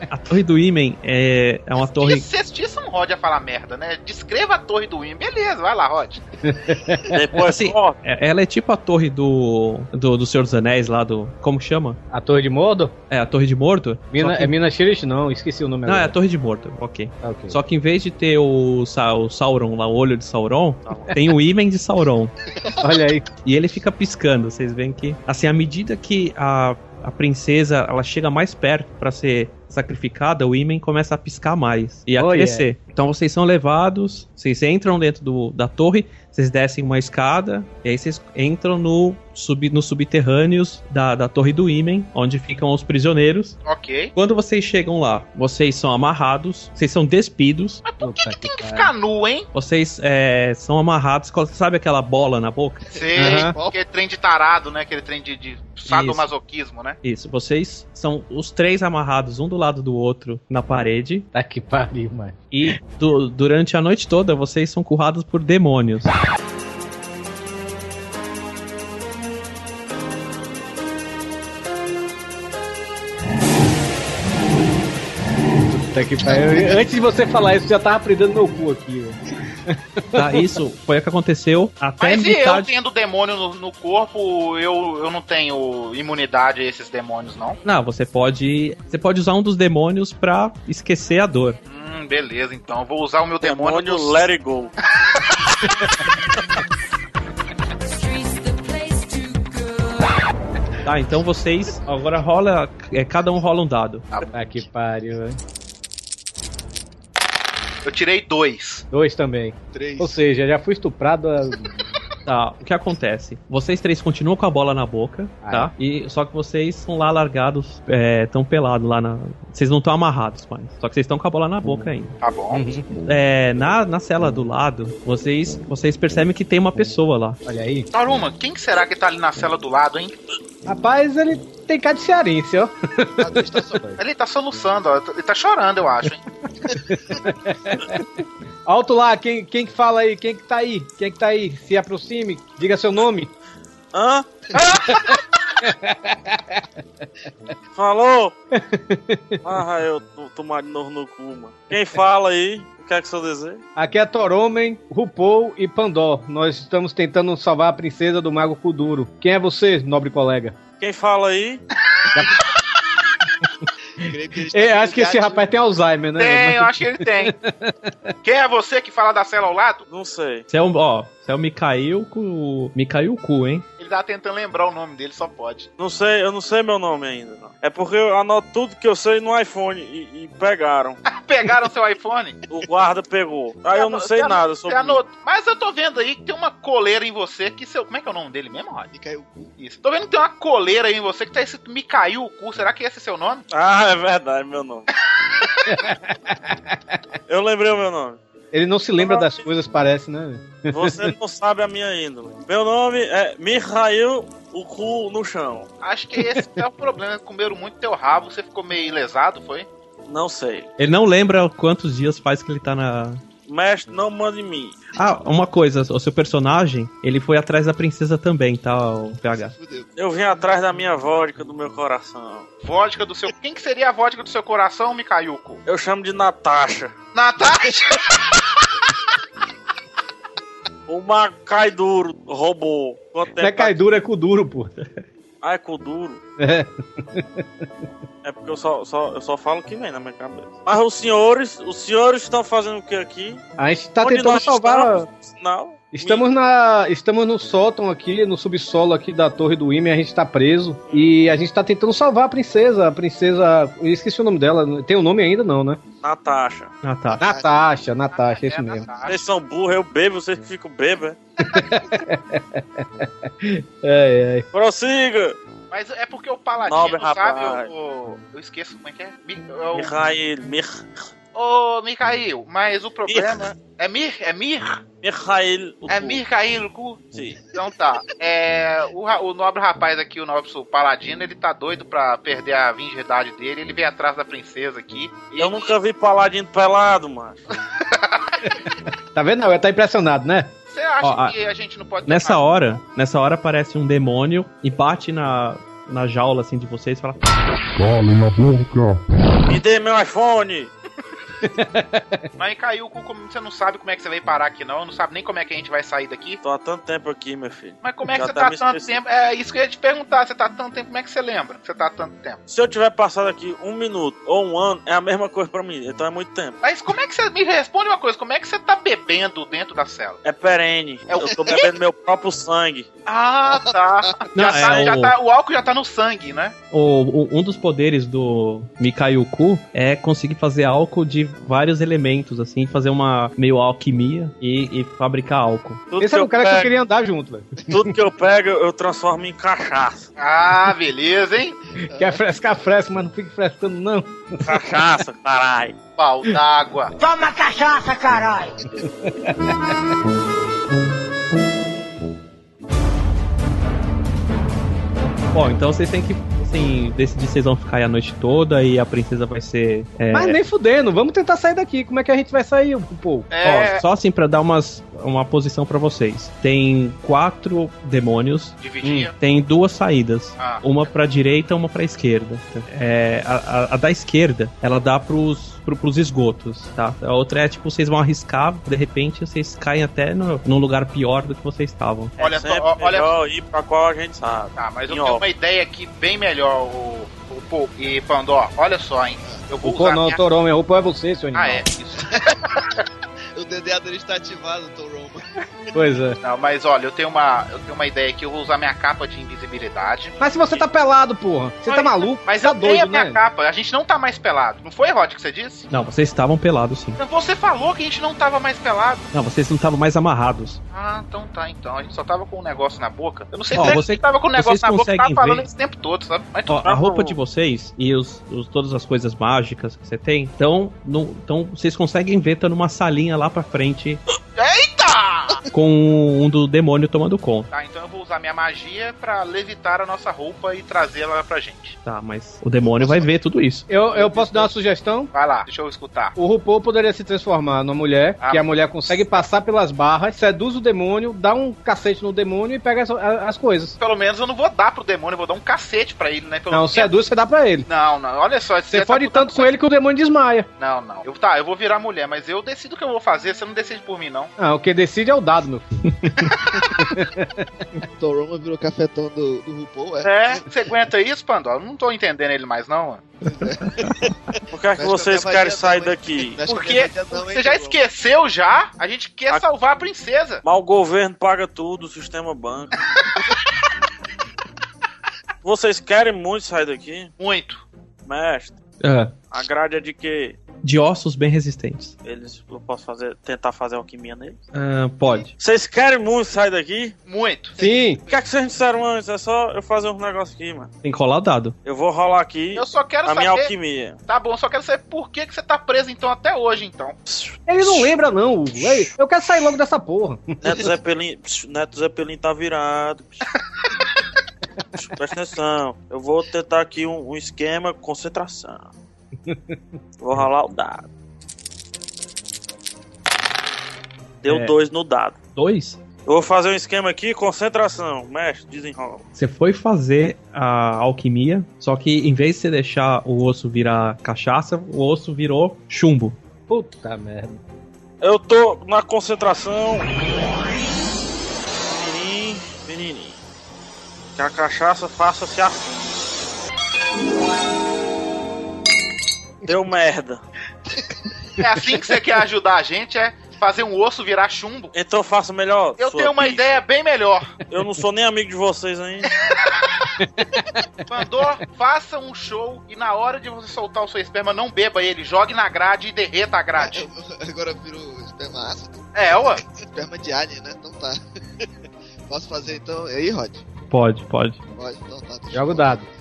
A torre do Imen é, é uma torre.
Vocês disse um Rod a falar merda, né? Descreva a torre do Imen. Beleza, vai lá, Rod.
Depois, assim, é- ela é tipo a torre do, do, do Senhor dos Anéis lá do. Como que chama?
A Torre de Mordo?
É, a Torre de Mordo.
Mina,
Só que-
É Minas Tirith? Não, esqueci o nome
Não, é
agora. Ah,
a Torre de Mordo, ok. Só que em vez de ter o, Sa- o Sauron lá, o olho de Sauron, tem o ímã de Sauron.
Olha aí.
E ele fica piscando, vocês veem que. Assim, à medida que a, a princesa ela chega mais perto pra ser sacrificada, o ímã começa a piscar mais e a
Oh,
crescer.
yeah.
Então vocês são levados, vocês entram dentro do- da torre, vocês descem uma escada, e aí vocês entram no, sub, nos subterrâneos da, da torre do Imen, onde ficam os prisioneiros.
Ok.
Quando vocês chegam lá, vocês são amarrados, vocês são despidos. Mas
por que, tem que Fica nu, hein?
Vocês é, são amarrados, co- sabe aquela bola na boca?
Sei,
Aham.
aquele trem de tarado, né? Aquele trem de, de sadomasoquismo, né?
Isso, vocês são os três amarrados um do lado do outro na parede.
Tá que pariu, mano.
E du- durante a noite toda vocês são currados por demônios.
Puta que pariu. Antes de você falar isso, já tava prendendo meu cu aqui. velho.
Tá, isso foi o que aconteceu até
Mas e eu
metade.
tendo demônio no, no corpo, eu, eu não tenho imunidade a esses demônios, não?
Não, você pode. Você pode usar um dos demônios pra esquecer a dor.
Hum, beleza, então. Vou usar o meu demônio.
Demônio let it go.
Tá, então vocês. Agora rola. É, cada um rola um dado.
Ah, que pariu, velho.
*laughs* Eu tirei dois.
Dois também.
Três.
Ou seja, já fui estuprado. A...
*laughs* Tá, o que acontece? Vocês três continuam com a bola na boca,
Ah,
tá?
é.
E só que vocês são lá largados, é, tão pelados lá na. Vocês não estão amarrados mais. Só que vocês estão com a bola na boca ainda.
Tá bom.
Uhum.
É, na, na cela do lado, vocês, vocês percebem que tem uma pessoa lá.
Olha aí.
Taruma, quem que será que tá ali na cela do lado, hein?
Rapaz, ele tem cara de cearense, ó.
Ele tá soluçando, ó. Ele tá chorando, eu acho, hein?
Alto lá, quem, quem que fala aí? Quem que tá aí? Quem que tá aí? Se aproxime, diga seu nome.
Hã? Falou! Ah, eu tô tomando de novo no cu, mano. Quem fala aí? O que é que o senhor deseja?
Aqui é Toromen, Rupou e Pandó. Nós estamos tentando salvar a princesa do Mago Kuduro. Quem é você, nobre colega?
Quem fala aí?
É, acho que esse rapaz tem Alzheimer, né?
Tem, eu acho que ele tem. Quem é você que fala da cela ao lado?
Não sei.
Você é um, ó, você é o Micael cu. Micael cu, hein?
Ele tá tentando lembrar o nome dele, só pode.
Não sei, eu não sei meu nome ainda, não. É porque eu anoto tudo que eu sei no iPhone e, e pegaram.
*laughs* Pegaram seu iPhone?
O guarda pegou. Aí eu não sei
Você ano-
nada
você
sobre.
anotou. Mas eu tô vendo aí que tem uma coleira em você que seu. Como é que é o nome dele mesmo, Rod?
Micael
Isso. Tô vendo que tem uma coleira aí em você que tá escrito Me caiu o cu. Será que esse é seu nome?
Ah, é verdade,
*laughs*
meu nome. eu lembrei o meu nome.
Ele não se lembra das coisas, parece, né? *laughs*
Você não sabe a minha índole. Meu nome é Mihail, o cu no chão.
Acho que esse é o problema. Comeram muito teu rabo, você ficou meio lesado, foi?
Não sei.
Ele não lembra quantos dias faz que ele tá na.
Mestre, não manda em mim.
Ah, uma coisa, o seu personagem, ele foi atrás da princesa também, tá, o PH?
Eu vim atrás da minha vodka do meu coração.
Vodka do seu. Quem que seria a vodka do seu coração, Micaiuco?
Eu chamo de Natasha.
Natasha!
O Macai duro, roubou. Quanto
Não é
tempo tá-
Caiduro, é Kuduro, pô.
Ah, é cu duro.
É.
É porque eu só, só- eu só falo o que vem na minha cabeça. Mas os senhores, os senhores estão fazendo o que aqui?
A gente tá
Onde
tentando
nós
salvar.
estamos? Sinal?
Estamos, na, estamos no sótão aqui, no subsolo aqui da torre do Ime, a gente tá preso. E a gente tá tentando salvar a princesa. A princesa. Eu esqueci o nome dela. Tem o nome ainda, não, né?
Natasha.
Natasha.
Natasha, Natasha, isso mesmo.
Vocês são burros, eu bebo, vocês que é? ficam bêbados.
É, é.
Prossiga!
Mas é porque o Paladino,
Nobre
sabe?
rapaz.
O, o- eu esqueço como é que é. Mi,
Então-
é o-
Mikhail, Mir...
Ô, Mikhail, mas o problema. É Mir? É Mir?
Mikhail.
É Mikhail Ku?
Sim.
Então tá. É, o, ra- o nobre rapaz aqui, o nobre sul paladino, ele tá doido pra perder a virgindade dele. Ele vem atrás da princesa aqui. E
Eu nunca vi paladino pelado, mano.
Tá vendo? Não, ele tá impressionado, né?
Você acha
Ó, a-
que a gente não pode. ter
Nessa
razão?
hora, nessa hora aparece um demônio e bate na, na jaula assim de vocês e fala.
Cala na boca.
Me dê meu iPhone!
*laughs* Mas Mikhail Ku, como você não sabe como é que você veio parar aqui, não. Não sabe nem como é que a gente vai sair daqui.
Tô há tanto tempo aqui, meu filho.
Mas como é que
Já
você
tá
tá
me
tanto
esquecendo.
tempo? É isso que eu ia te perguntar. Você tá tanto tempo, como é que você lembra que você tá tanto tempo?
Se eu tiver passado aqui um minuto ou um ano, é a mesma coisa pra mim, então é muito tempo.
Mas como é que você. Me responde uma coisa, como é que você tá bebendo dentro da cela?
É perene.
É o
Eu tô
quê?
bebendo meu próprio sangue.
Ah, tá.
Não,
já tá,
é
já
o-
tá- o álcool já tá no sangue, né?
O, o- um dos poderes do Mikayuku é conseguir fazer álcool de vários elementos, assim, fazer uma meio alquimia e, e fabricar álcool.
Tudo
um
Esse era que o eu cara que eu pego. queria
andar junto, velho.
Tudo que eu pego, eu transformo em cachaça.
Ah, beleza, hein?
Quer frescar, fresca, mas não fique frescando, não.
Cachaça, caralho.
Pau tá. d'água.
Toma cachaça, caralho!
Bom, então vocês têm que, assim, decidir se vocês vão ficar aí a noite toda e a princesa vai ser. é,
Mas né, nem fudendo, vamos tentar sair daqui. Como é que a gente vai sair, pô?
É,
Ó, só assim pra dar umas, uma posição pra vocês. Tem quatro demônios. Hum.
Dividia.
Tem duas saídas.
Ah.
Uma pra direita, uma pra esquerda. É, a, a- a da esquerda, ela dá pros, pro, pros esgotos, tá? A outra é tipo, vocês vão arriscar, de repente vocês caem até no, num lugar pior do que vocês estavam.
Olha
É
só,
sempre
ó, olha-
melhor ir pra qual a gente sabe.
Tá, mas eu
Em
tenho
off.
uma ideia aqui bem melhor, o, o Pô e Pandó. Olha só, hein? Eu vou
O pô,
usar.
não,
minha-
o Toron, é o pô é você, seu animal.
Ah, é, isso.
O DDA dele está ativado, Tom Roma.
Pois é.
Não, mas olha, eu tenho uma, eu tenho uma ideia aqui, eu vou usar minha capa de invisibilidade.
Mas se você tá pelado, porra, você tá maluco?
Mas
tá
eu tenho a
doido,
minha
né?
capa, a gente não tá mais pelado. Não foi, Rod, que você disse?
Não, vocês estavam pelados sim.
Não, Você falou que a gente não tava mais pelado.
Não, vocês não estavam mais amarrados.
Ah, então tá, então. A gente só tava com um negócio na boca. Eu não sei
Ó,
se
você-
você tava com um negócio
vocês
na boca, eu tava
conseguem
falando
ver-
esse tempo todo, sabe? Mas
Ó,
tudo
a
bem.
roupa de vocês e os, os- todas as coisas mágicas que você tem, então, não, então vocês conseguem ver, tá numa salinha lá pra frente
Eita!
com um do demônio tomando conta.
Tá, então eu vou usar minha magia pra levitar a nossa roupa e trazê-la pra gente.
Tá, mas o demônio vai ver tudo isso.
Eu, eu posso dar uma sugestão?
Vai lá, deixa eu escutar.
O RuPaul poderia se transformar numa mulher,
Ah.
que a mulher consegue passar pelas barras, seduz o demônio, dá um cacete no demônio e pega as, a- as coisas.
Pelo menos eu não vou dar pro demônio, eu vou dar um cacete pra ele, né? Pelo
Não,
menos-
seduz, você dá pra ele.
Não, não, olha só. tá
Você fode tanto com ele que o demônio desmaia.
Não, não. Eu, tá, eu vou virar mulher, mas eu decido o que eu vou fazer, você não decide por mim, não.
Ah, o que decide é o dado, meu
*laughs*
filho.
Tom Roma virou cafetão do, do RuPaul, é?
É, você aguenta isso, Pandora? Eu não tô entendendo ele mais, não, mano.
Por que, é que vocês querem sair daqui?
Porque você já esqueceu já? A gente quer salvar a princesa.
Mas o governo paga tudo, o sistema banca. vocês querem muito sair daqui?
Muito.
Mestre, a grade é de que
De ossos bem resistentes.
eles eu posso fazer, tentar fazer alquimia nele.
Ah, pode.
Vocês querem muito sair daqui?
Muito.
Sim.
O que é que vocês disseram antes? É só eu fazer uns negócios aqui, mano.
Tem que rolar o dado.
Eu vou rolar aqui
Eu só quero
a minha
saber-
alquimia.
Tá bom, só quero saber por que, que você tá preso então até hoje, então.
Ele não lembra, não, Hugo. Ei, Eu quero sair logo dessa porra.
Neto Zeppelin, psh, Neto Zeppelin tá virado. psh. Psh, Presta atenção. Eu vou tentar aqui um, um esquema com concentração. Vou ralar o dado. Deu
É.
dois no dado.
Dois?
Eu vou fazer um esquema aqui, concentração. Mestre, desenrola.
Você foi fazer a alquimia, só que em vez de você deixar o osso virar cachaça, o osso virou chumbo.
Puta merda.
Eu tô na concentração. Menininho, menininho. Que a cachaça faça-se assim. Deu merda.
É assim que você quer ajudar a gente, é fazer um osso virar chumbo.
Então eu faço melhor.
Eu
sua
tenho uma
bicha.
ideia bem melhor.
Eu não sou nem amigo de vocês ainda.
Pandor, faça um show e na hora de você soltar o seu esperma, não beba ele, jogue na grade e derreta a grade.
Agora virou esperma ácido.
É, ué.
Esperma de alien, né? Então tá. Posso fazer então. E aí, Rod?
Pode, pode.
Pode, então tá. deixa
Joga o dado.
eu-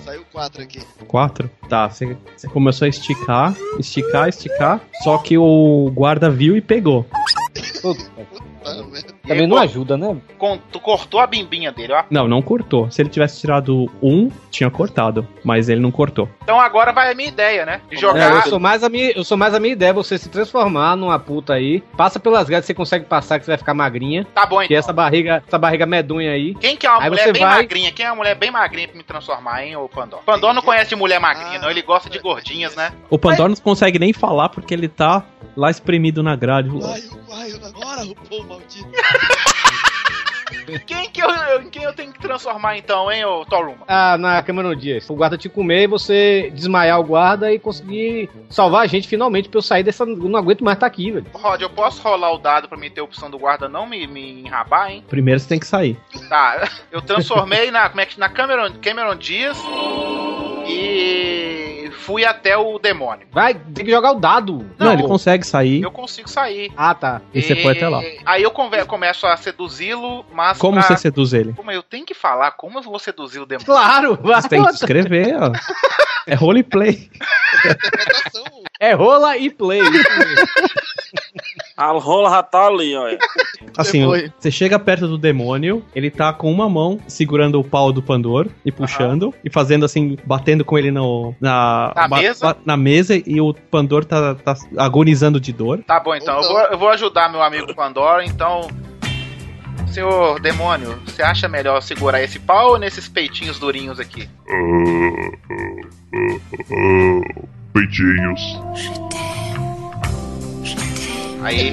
Saiu 4 aqui.
Quatro? Tá, você você começou a esticar, esticar, esticar. Só que o guarda viu e pegou.
Também não ajuda, né?
Com- tu cortou a bimbinha dele, ó.
Não, não cortou. Se ele tivesse tirado um, tinha cortado. Mas ele não cortou.
Então agora vai a minha ideia, né? De
É, eu,
jogar.
sou mais a minha, eu sou mais a minha ideia, você se transformar numa puta aí, passa pelas grades, você consegue passar, que você vai ficar magrinha.
Tá bom,
Que é
então.
essa barriga, essa barriga medonha aí.
Quem que é uma
Aí
mulher
você
bem
vai-
magrinha? Quem é uma mulher bem magrinha pra me transformar, hein, ô Pandor? Pandor não conhece de mulher magrinha, não. Ele gosta
Ah,
de gordinhas, né?
O Pandora não consegue nem falar porque ele tá lá espremido na grade.
Ai, eu agora, RuPaul, maldito.
Quem que eu, eu- em quem eu tenho que transformar então, hein, ô Toruma?
Ah, na Cameron Dias. O guarda te comer e você desmaiar o guarda e conseguir salvar a gente finalmente pra eu sair dessa. Eu não aguento mais estar aqui, velho.
Rod, eu posso rolar o dado pra me ter a opção do guarda não me, me enrabar, hein?
Primeiro você tem que sair.
Tá, eu transformei na, como é que, na Cameron, Cameron Dias e fui até o demônio.
Vai, tem que jogar o dado.
Não, ele consegue sair.
Eu consigo sair.
Ah, tá.
E você foi até lá.
Aí eu conver- começo a seduzi-lo, mas.
Como
pra-
você seduz ele?
Como eu tenho que falar, como eu vou seduzir o demônio?
Claro, vai.
Você tem que escrever, ó. É roleplay.
É rola e
*laughs*
play.
A rola já tá ali, ó.
Assim, você chega perto do demônio, ele tá com uma mão segurando o pau do Pandor e puxando, e fazendo assim, batendo com ele no, na,
Na mesa?
na mesa, e o Pandor tá, tá agonizando de dor.
Tá bom, então. Eu vou, eu vou ajudar meu amigo Pandora, então. Senhor demônio, você acha melhor segurar esse pau ou nesses peitinhos durinhos aqui?
Ah, ah, ah, ah, peitinhos.
*laughs* Aí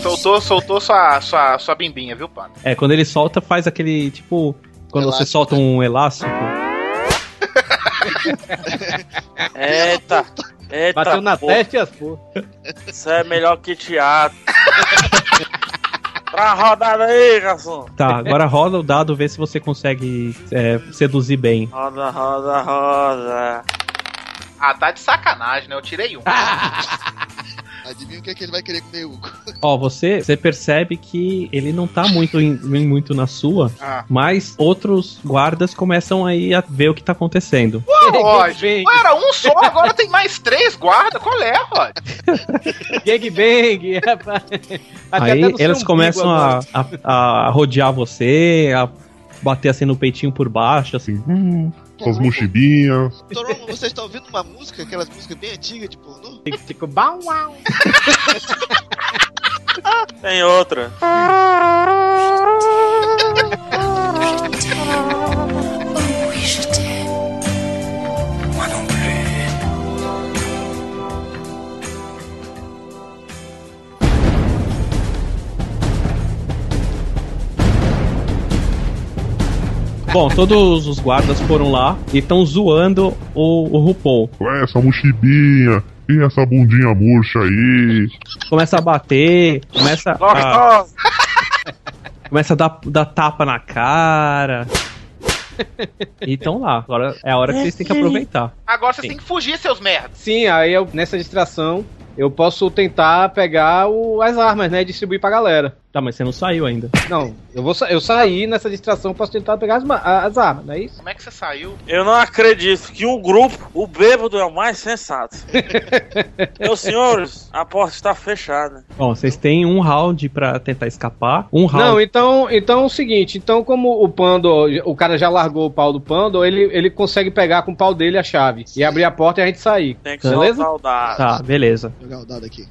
soltou, soltou sua, sua, sua bimbinha, viu, Panda?
É, quando ele solta, faz aquele tipo. Quando você solta um elástico.
*laughs* Eita, eita.
Bateu na testa
e as porra.
Isso é melhor que teatro. *laughs* Pra rodada aí, garçom.
Tá, agora *laughs* rola o dado, vê se você consegue é, seduzir bem.
Roda, roda, roda.
Ah, tá de sacanagem, né? Eu tirei um.
Adivinha o que é que ele vai querer comer, Hugo?
Ó, você, você percebe que ele não tá muito, em- em muito na sua,
Ah.
mas outros guardas começam aí a ver o que tá acontecendo.
Pô, é Rod, pô, era um só, agora tem mais três guarda. Qual é, Rod?
Gang bang, *laughs* rapaz. Até-
aí
até no seu
elas
umbigo
começam a,
agora.
a- a rodear você, a bater assim no peitinho por baixo, assim.
Com as mochibinhas.
Toroma, vocês estão ouvindo uma música, aquelas músicas bem antigas de pornô?
Tipo, bau, uau.
Tem outra.
Bom, todos os guardas foram lá e estão zoando o, o RuPaul.
Ué, essa mochibinha. E essa bundinha murcha aí.
Começa a bater, começa a, Ah.
Gostosa.
*laughs* começa a dar, dar tapa na cara. E estão lá. Agora é a hora que vocês têm que aproveitar.
Agora vocês têm que fugir, seus merdas.
Sim, aí eu, nessa distração eu posso tentar pegar o- as armas, né? E distribuir pra galera.
Tá, mas você não saiu ainda.
Não, eu vou sa- eu saí nessa distração, eu posso tentar pegar as, ma- a- as armas, não é isso?
Como é que você saiu?
Eu não acredito que um grupo, o bêbado é o
*laughs*
mais sensato. Meus senhores, a porta está fechada.
Bom, vocês têm um round pra tentar escapar. Um round.
Não, então, então é o seguinte, então como o Pando, o cara já largou o pau do Pando, ele, ele consegue pegar com o pau dele a chave e abrir a porta e a gente sair.
Tem
que
beleza?
soltar o dado.
Tá, beleza.
Vou jogar o dado aqui.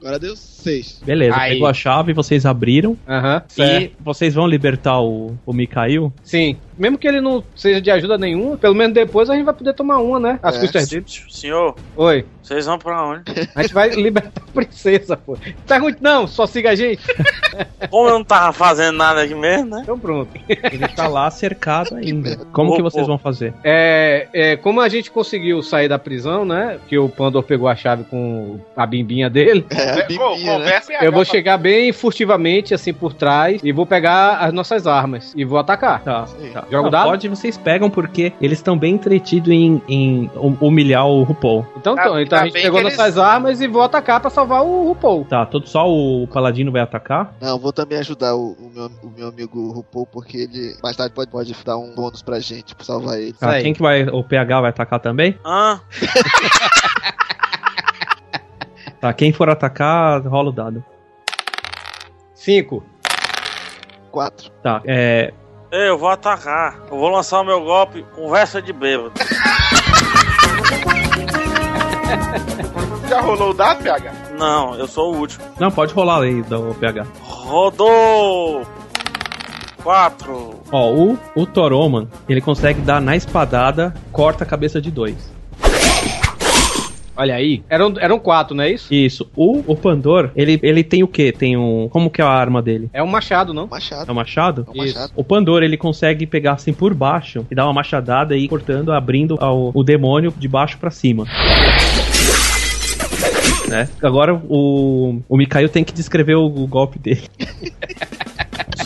Agora deu 6.
Beleza,
Aí.
pegou a chave, vocês abriram.
Aham.
E vocês vão libertar o, o Mikael?
Sim. Mesmo que ele não seja de ajuda nenhuma, pelo menos depois a gente vai poder tomar uma, né? As
É.
custas dele.
Senhor,
Oi.
vocês vão pra onde?
A gente vai libertar a princesa, pô. Pergunte, não, só siga a gente.
*laughs* Como eu não tava fazendo nada aqui mesmo, né?
Então pronto.
Ele tá lá
*laughs*
cercado ainda. Como que vocês vão fazer?
É, é, como a gente conseguiu sair da prisão, né? Que o Pandor pegou a chave com a bimbinha dele. né, é
Ô,
né?
conversa
Eu vou chegar bem furtivamente, assim, por trás, e vou pegar as nossas armas e vou atacar.
Tá, tá. Jogo não, dado? Pode, vocês pegam porque eles estão bem entretidos em, em um, humilhar o RuPaul.
Então, então, tá, então tá a gente pegou nossas eles... armas e vou atacar pra salvar o RuPaul.
Tá, todo só o Paladino vai atacar?
Não, vou também ajudar o, o, meu, o meu amigo RuPaul, porque ele mais tarde pode, pode dar um bônus pra gente, pra salvar ele.
Ah, quem que vai. O PH vai atacar também?
Ah!
tá, quem for atacar, rola o dado.
Cinco.
Quatro.
Tá, é.
Eu vou atacar. Eu vou lançar o meu golpe. Conversa de bêbado.
Já rolou o dado, PH?
Não, eu sou o último.
Não, pode rolar aí, do PH.
Rodou! 4.
Ó, o, o Toroman, ele consegue dar na espadada, corta a cabeça de dois.
Olha aí. Eram, eram quatro, não é isso?
Isso. O, o Pandor, ele, ele tem o quê? Tem um. Como que é a arma dele?
É um machado, não?
Machado.
É um machado?
É um machado.
O Pandor, ele consegue pegar assim por baixo e dar uma machadada e cortando, abrindo ao, o demônio de baixo para cima. né? Agora o, o Mikael tem que descrever o, o golpe
*laughs*
dele.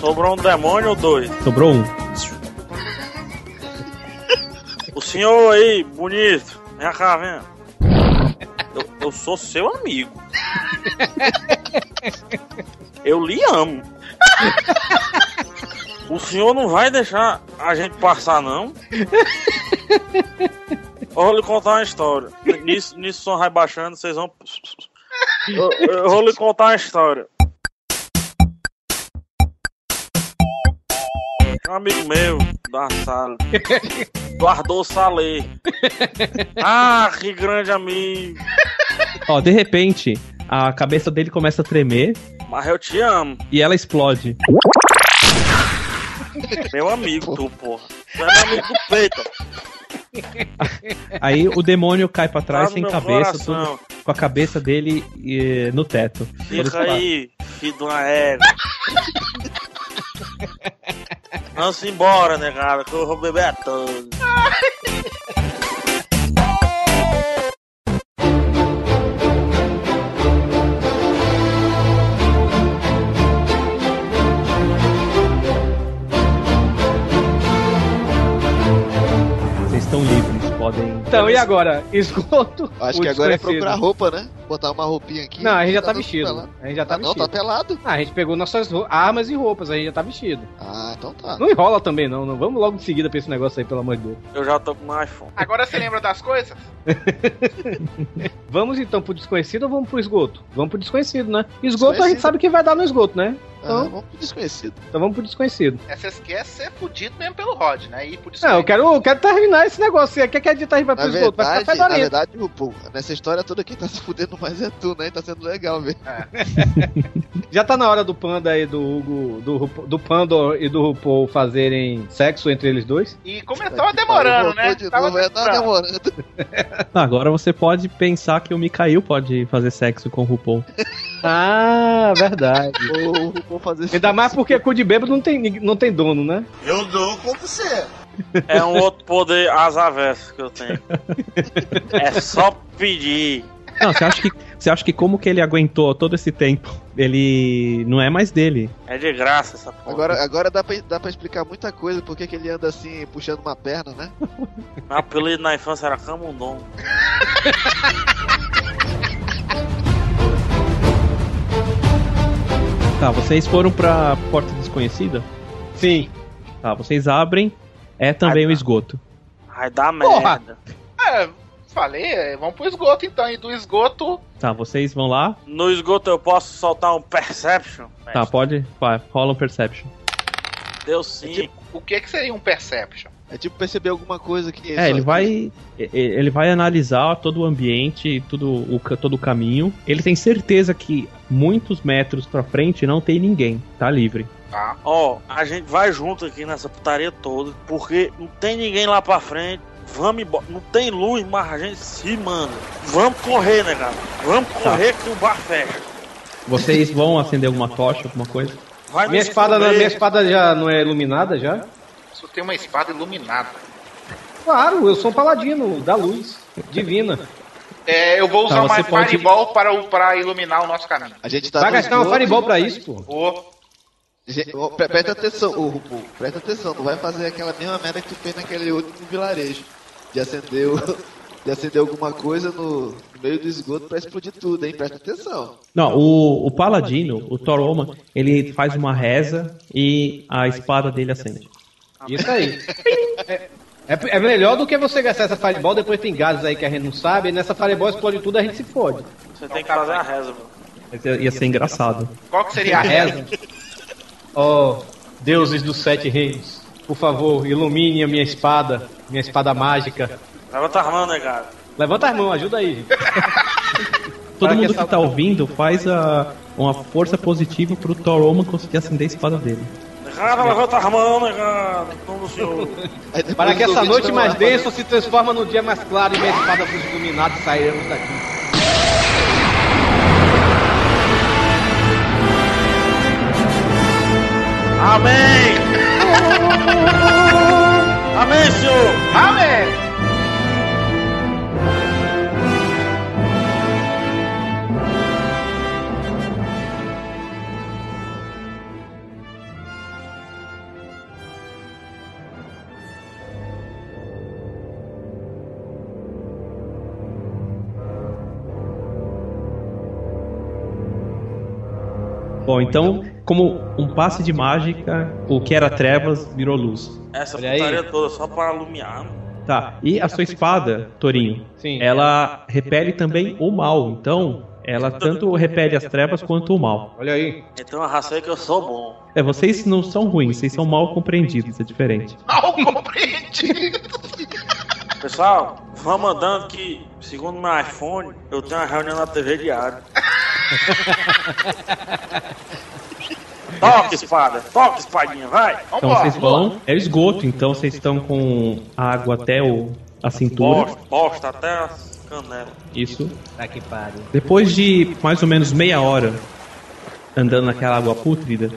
Sobrou um demônio ou dois?
Sobrou um.
o senhor aí, bonito. Vem cá, vem. Eu, eu, sou seu amigo. Eu lhe amo. O senhor não vai deixar a gente passar, não? Eu vou lhe contar uma história. Nisso, nisso o som vai baixando, vocês vão. Eu, eu vou lhe contar uma história. Um amigo meu da sala. Guardou Salê. Ah, que grande amigo.
Ó, de repente, a cabeça dele começa a tremer.
Mas eu te amo.
E ela explode.
Meu amigo, tu, porra. Tu é meu amigo do peito.
Aí o demônio cai pra trás tá sem cabeça, tudo, com a cabeça dele e, no teto.
Fica aí, filho de uma égua. Vamos embora, né, cara? Que eu vou beber a todos.
Vocês estão livres, podem.
Então, e agora? *laughs* Esgoto?
Acho que agora é procurar roupa, né? *laughs* botar uma roupinha aqui.
Não, a gente já tá vestido. A gente já tá
ah,
vestido.
Não, tá pelado.
Ah, a gente pegou nossas armas e roupas, a gente já tá vestido.
Ah, então tá.
Não enrola também, não. não. Vamos logo em seguida pra esse negócio aí, pelo
*laughs*
amor de Deus.
Eu já tô com um iPhone.
Agora você lembra das coisas?
vamos então pro desconhecido ou vamos pro esgoto? Vamos pro desconhecido, né? Esgoto a gente sabe que vai dar no esgoto, né?
Então, ah, vamos pro desconhecido.
Então vamos pro desconhecido.
É, vocês querem ser fudido mesmo pelo Rod, né? E pro
É,
não, eu quero, eu quero terminar esse negócio. Quer que a gente tá vai
na
pro esgoto?
Verdade, vai ficar fedorento. Na verdade, Rupo, nessa história toda quem tá se fudendo mais é tu, né? Tá sendo legal, velho.
É. Já tá na hora do Panda aí, do Hugo, do, do Pando e do RuPaul fazerem sexo entre eles dois?
E como é, tava demorando, né?
De tava novo, é, tava demorando.
Ah, Agora você pode pensar que o Mikael pode fazer sexo com o RuPaul.
ah,
*laughs*
verdade.
o RuPaul fazer
Ainda sexo. mais porque cu de bêbado não tem, não tem dono, né?
Eu dou com você.
É um outro poder às avessas que eu tenho. É só pedir.
Não, você acha que você acha que como que ele aguentou todo esse tempo? Ele não é mais dele.
É de graça essa porra.
Agora, agora dá, pra, dá pra explicar muita coisa porque que ele anda assim, puxando uma perna, né?
Meu apelido na infância era Camundon.
tá, vocês foram pra porta desconhecida?
Sim.
Tá, vocês abrem. É também o um esgoto.
Vai dar Ah, merda.
É, falei, vamos pro esgoto então, e do esgoto.
Tá, vocês vão lá?
No esgoto eu posso soltar um Perception?
Mestre. Tá, pode? Vai, rola um Perception.
Deu sim. É
tipo, o que, que seria um Perception?
É tipo perceber alguma coisa que.
É, ele vai. Ele vai analisar todo o ambiente, todo o, todo o caminho. Ele tem certeza que muitos metros pra frente não tem ninguém. Tá livre.
Tá. Ó, a gente vai junto aqui nessa putaria toda, porque não tem ninguém lá pra frente. Vamos embora. Não tem luz, mas a gente se manda. Vamos correr, né, cara? Vamos correr tá. que o bar fecha.
Vocês vão acender alguma tocha, alguma coisa?
Vai minha espada, não, minha espada *laughs* já não é iluminada já?
Isso tem uma espada iluminada.
Claro, eu sou um paladino da luz divina.
É, eu vou usar tá, uma
tá
pode... fireball para, para iluminar o nosso caminho.
né?
A gente tá Vai gastar uma fireball para isso, pô.
Oh.
Gente, ó, pre- Presta atenção, ô RuPaul, presta atenção, não vai fazer aquela mesma merda que tu fez naquele último vilarejo. De acender, o- *laughs* de acender alguma coisa no, no meio do esgoto pra explodir tudo, hein? Presta atenção.
Não, o, o paladino, o Toroma, ele faz uma reza e a espada dele acende.
Ah, Isso aí. É, é- é melhor do que você gastar essa fireball, depois tem gases aí que a gente não sabe, e nessa fireball explode tudo, a gente se fode.
Você tem que fazer a reza, mano.
Mas ia- Ia ser engraçado.
Qual que seria a reza?
Oh, deuses dos sete reinos, por favor, ilumine a minha espada, minha espada mágica.
Levanta a mão, né, cara?
Levanta as mãos, ajuda aí. gente.
Todo mundo que tá ouvindo faz a, uma força positiva pro Toroma conseguir acender a espada dele.
Cara, levanta a mão, né, cara? Em nome do senhor.
Para que essa noite mais densa se transforma num dia mais claro e minha espada dos iluminados sairemos daqui.
*laughs*
Amém! Amém, senhor!
Amém!
Bom, então, como um passe de mágica, o que era trevas virou luz.
Essa
aí.
putaria toda só pra alumiar, mano.
Tá, e a sua espada, Torinho, ela repele também o mal. Então, ela tanto repele as trevas quanto o mal.
Olha aí.
Então arrasta aí que eu sou bom.
É, vocês não são ruins, vocês são mal compreendidos, é diferente.
*laughs* Mal compreendido.
Pessoal, vamos andando que, segundo meu iPhone, eu tenho uma reunião na
*laughs*
TV diária. toca, espada! Toca, espadinha, vai!
Então vocês vão, é o esgoto, então vocês estão com água até o, a cintura.
Bosta, bosta, até as canelas.
Isso.
Tá que pariu.
Depois de mais ou menos meia hora andando naquela água pútrida,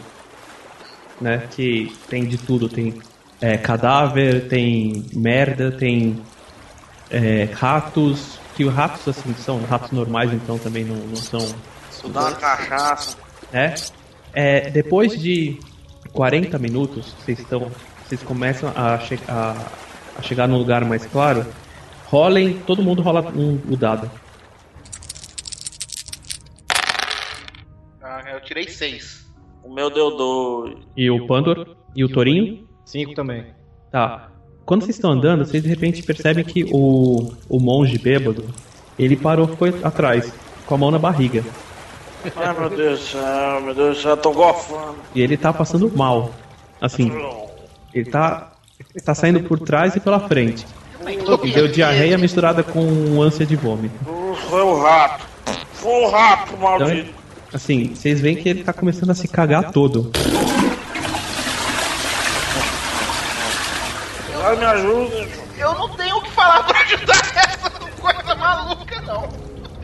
né? Que tem de tudo, tem é, cadáver, tem merda, tem é, ratos, que os ratos assim são ratos normais, então também não, não são.
Isso dá uma cachaça.
né? É, depois de 40 minutos, vocês estão. Vocês começam a, che a, a chegar num lugar mais claro. Rolem, todo mundo rola um, o dado.
Ah, eu tirei seis.
O meu deu dois.
E o Pandor e o Torinho.
Cinco também.
Tá. Quando vocês estão andando, vocês de repente percebem que o, o monge bêbado ele parou, ficou atrás, com a mão na barriga.
Ai, meu Deus do céu, meu Deus do céu, eu tô gofando.
E ele tá passando mal. Assim, ele tá, tá saindo por trás e pela frente. Deu diarreia misturada com ânsia de vômito.
Foi o rato. Foi o rato,
Então,
Um maldito.
assim, vocês veem que ele tá começando a se cagar todo.
Ai, me ajuda.
Eu não tenho o que falar pra ajudar *laughs* essa coisa maluca, não.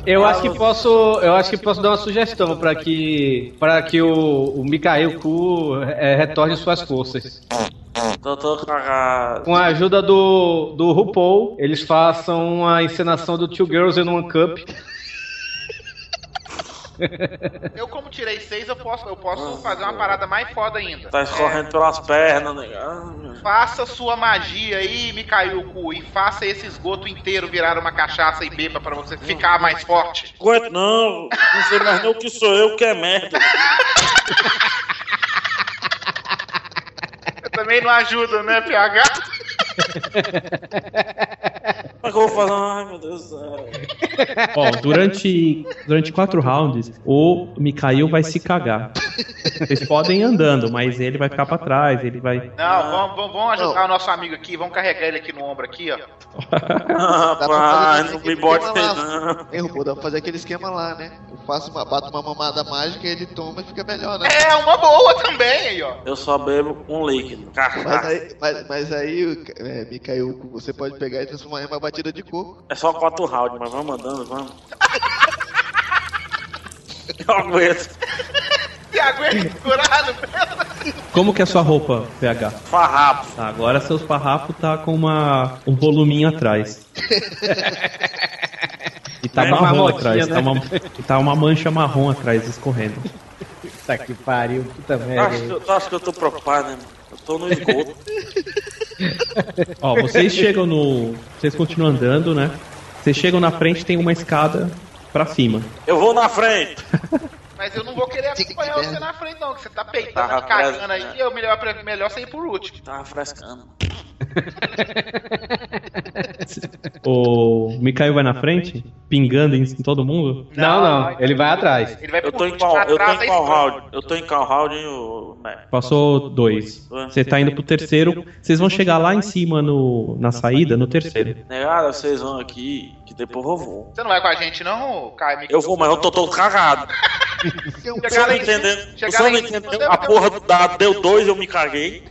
Eu acho que posso, eu acho que posso dar uma sugestão para que para que o, o Mikhail Ku eh, retorne suas forças.
Então eu tô cagado.
Com a ajuda do, do RuPaul, eles façam uma encenação do Two Girls in One Cup. *laughs*
Eu, como tirei seis, eu posso, eu posso fazer uma parada mais foda ainda. É,
Tá escorrendo pelas pernas, né? Ah, meu-
Faça sua magia aí, me caiu o cu, e faça esse esgoto inteiro virar uma cachaça e beba pra você ficar mais forte.
Aguento não, não sei mais nem o que sou eu, que é merda.
Eu também não ajudo, né, PH?
Como é que eu vou fazer? Ai, meu Deus do céu.
Ó, durante, durante quatro rounds, o Mikael vai se cagar. Vocês podem ir andando, mas ele vai ficar pra trás, ele
*laughs*
vai.
Ah.
Não, vamos, vamos, vamos ajudar o nosso amigo aqui, vamos carregar ele aqui no ombro aqui, ó.
Rapaz, Ah, não me bote aí, não.
Hein, RuPaul, dá pra fazer aquele esquema lá, né? Eu faço uma, bato uma mamada mágica, ele toma e fica melhor, né?
É uma boa também aí, ó.
Eu só bebo um líquido.
Mas
Cachaça.
aí, mas, mas aí é, Mikhail, você pode pegar e transformar em uma batida de coco.
É só quatro rounds, mas vamos andando, vamos. Eu aguento.
Se aguenta segurado,
Como que é a sua roupa, PH?
Farrapo.
Tá, agora seus farrapos tá com uma, um voluminho atrás. E tá
É uma
marrom
marrotinha,
atrás,
né?
tá uma, e tá uma mancha marrom atrás escorrendo.
Tá que pariu, puta
Tu acha, que
merda.
eu- tu acha que eu tô preocupado, né, mano? Eu tô no esgoto.
Ó, vocês chegam no. Vocês continuam andando, né? Vocês chegam na frente, tem uma escada pra cima.
Eu vou na frente.
Mas eu não vou querer acompanhar você na frente, não, que você tá peitando,
Tá
cagando
frescando.
aí, eu melhor, pra- melhor você ir por último.
Tá frescando.
O Mikael vai na frente, pingando em em todo mundo?
Não, não, ele vai atrás.
Ele vai
eu tô em qual, eu tô em qual round? Eu tô em qual round, hein, ô, Mac?
Passou dois. Você tá indo pro terceiro. Vocês vão chegar lá em cima no, na saída, no terceiro.
Negada, né, "Ah, vocês vão aqui, que depois eu vou.
Você não vai com a gente, não, Caio?
Eu vou, mas eu tô todo cagado. Você não entendendo, você não entendeu? A
um-
porra do dado deu dois, eu me caguei.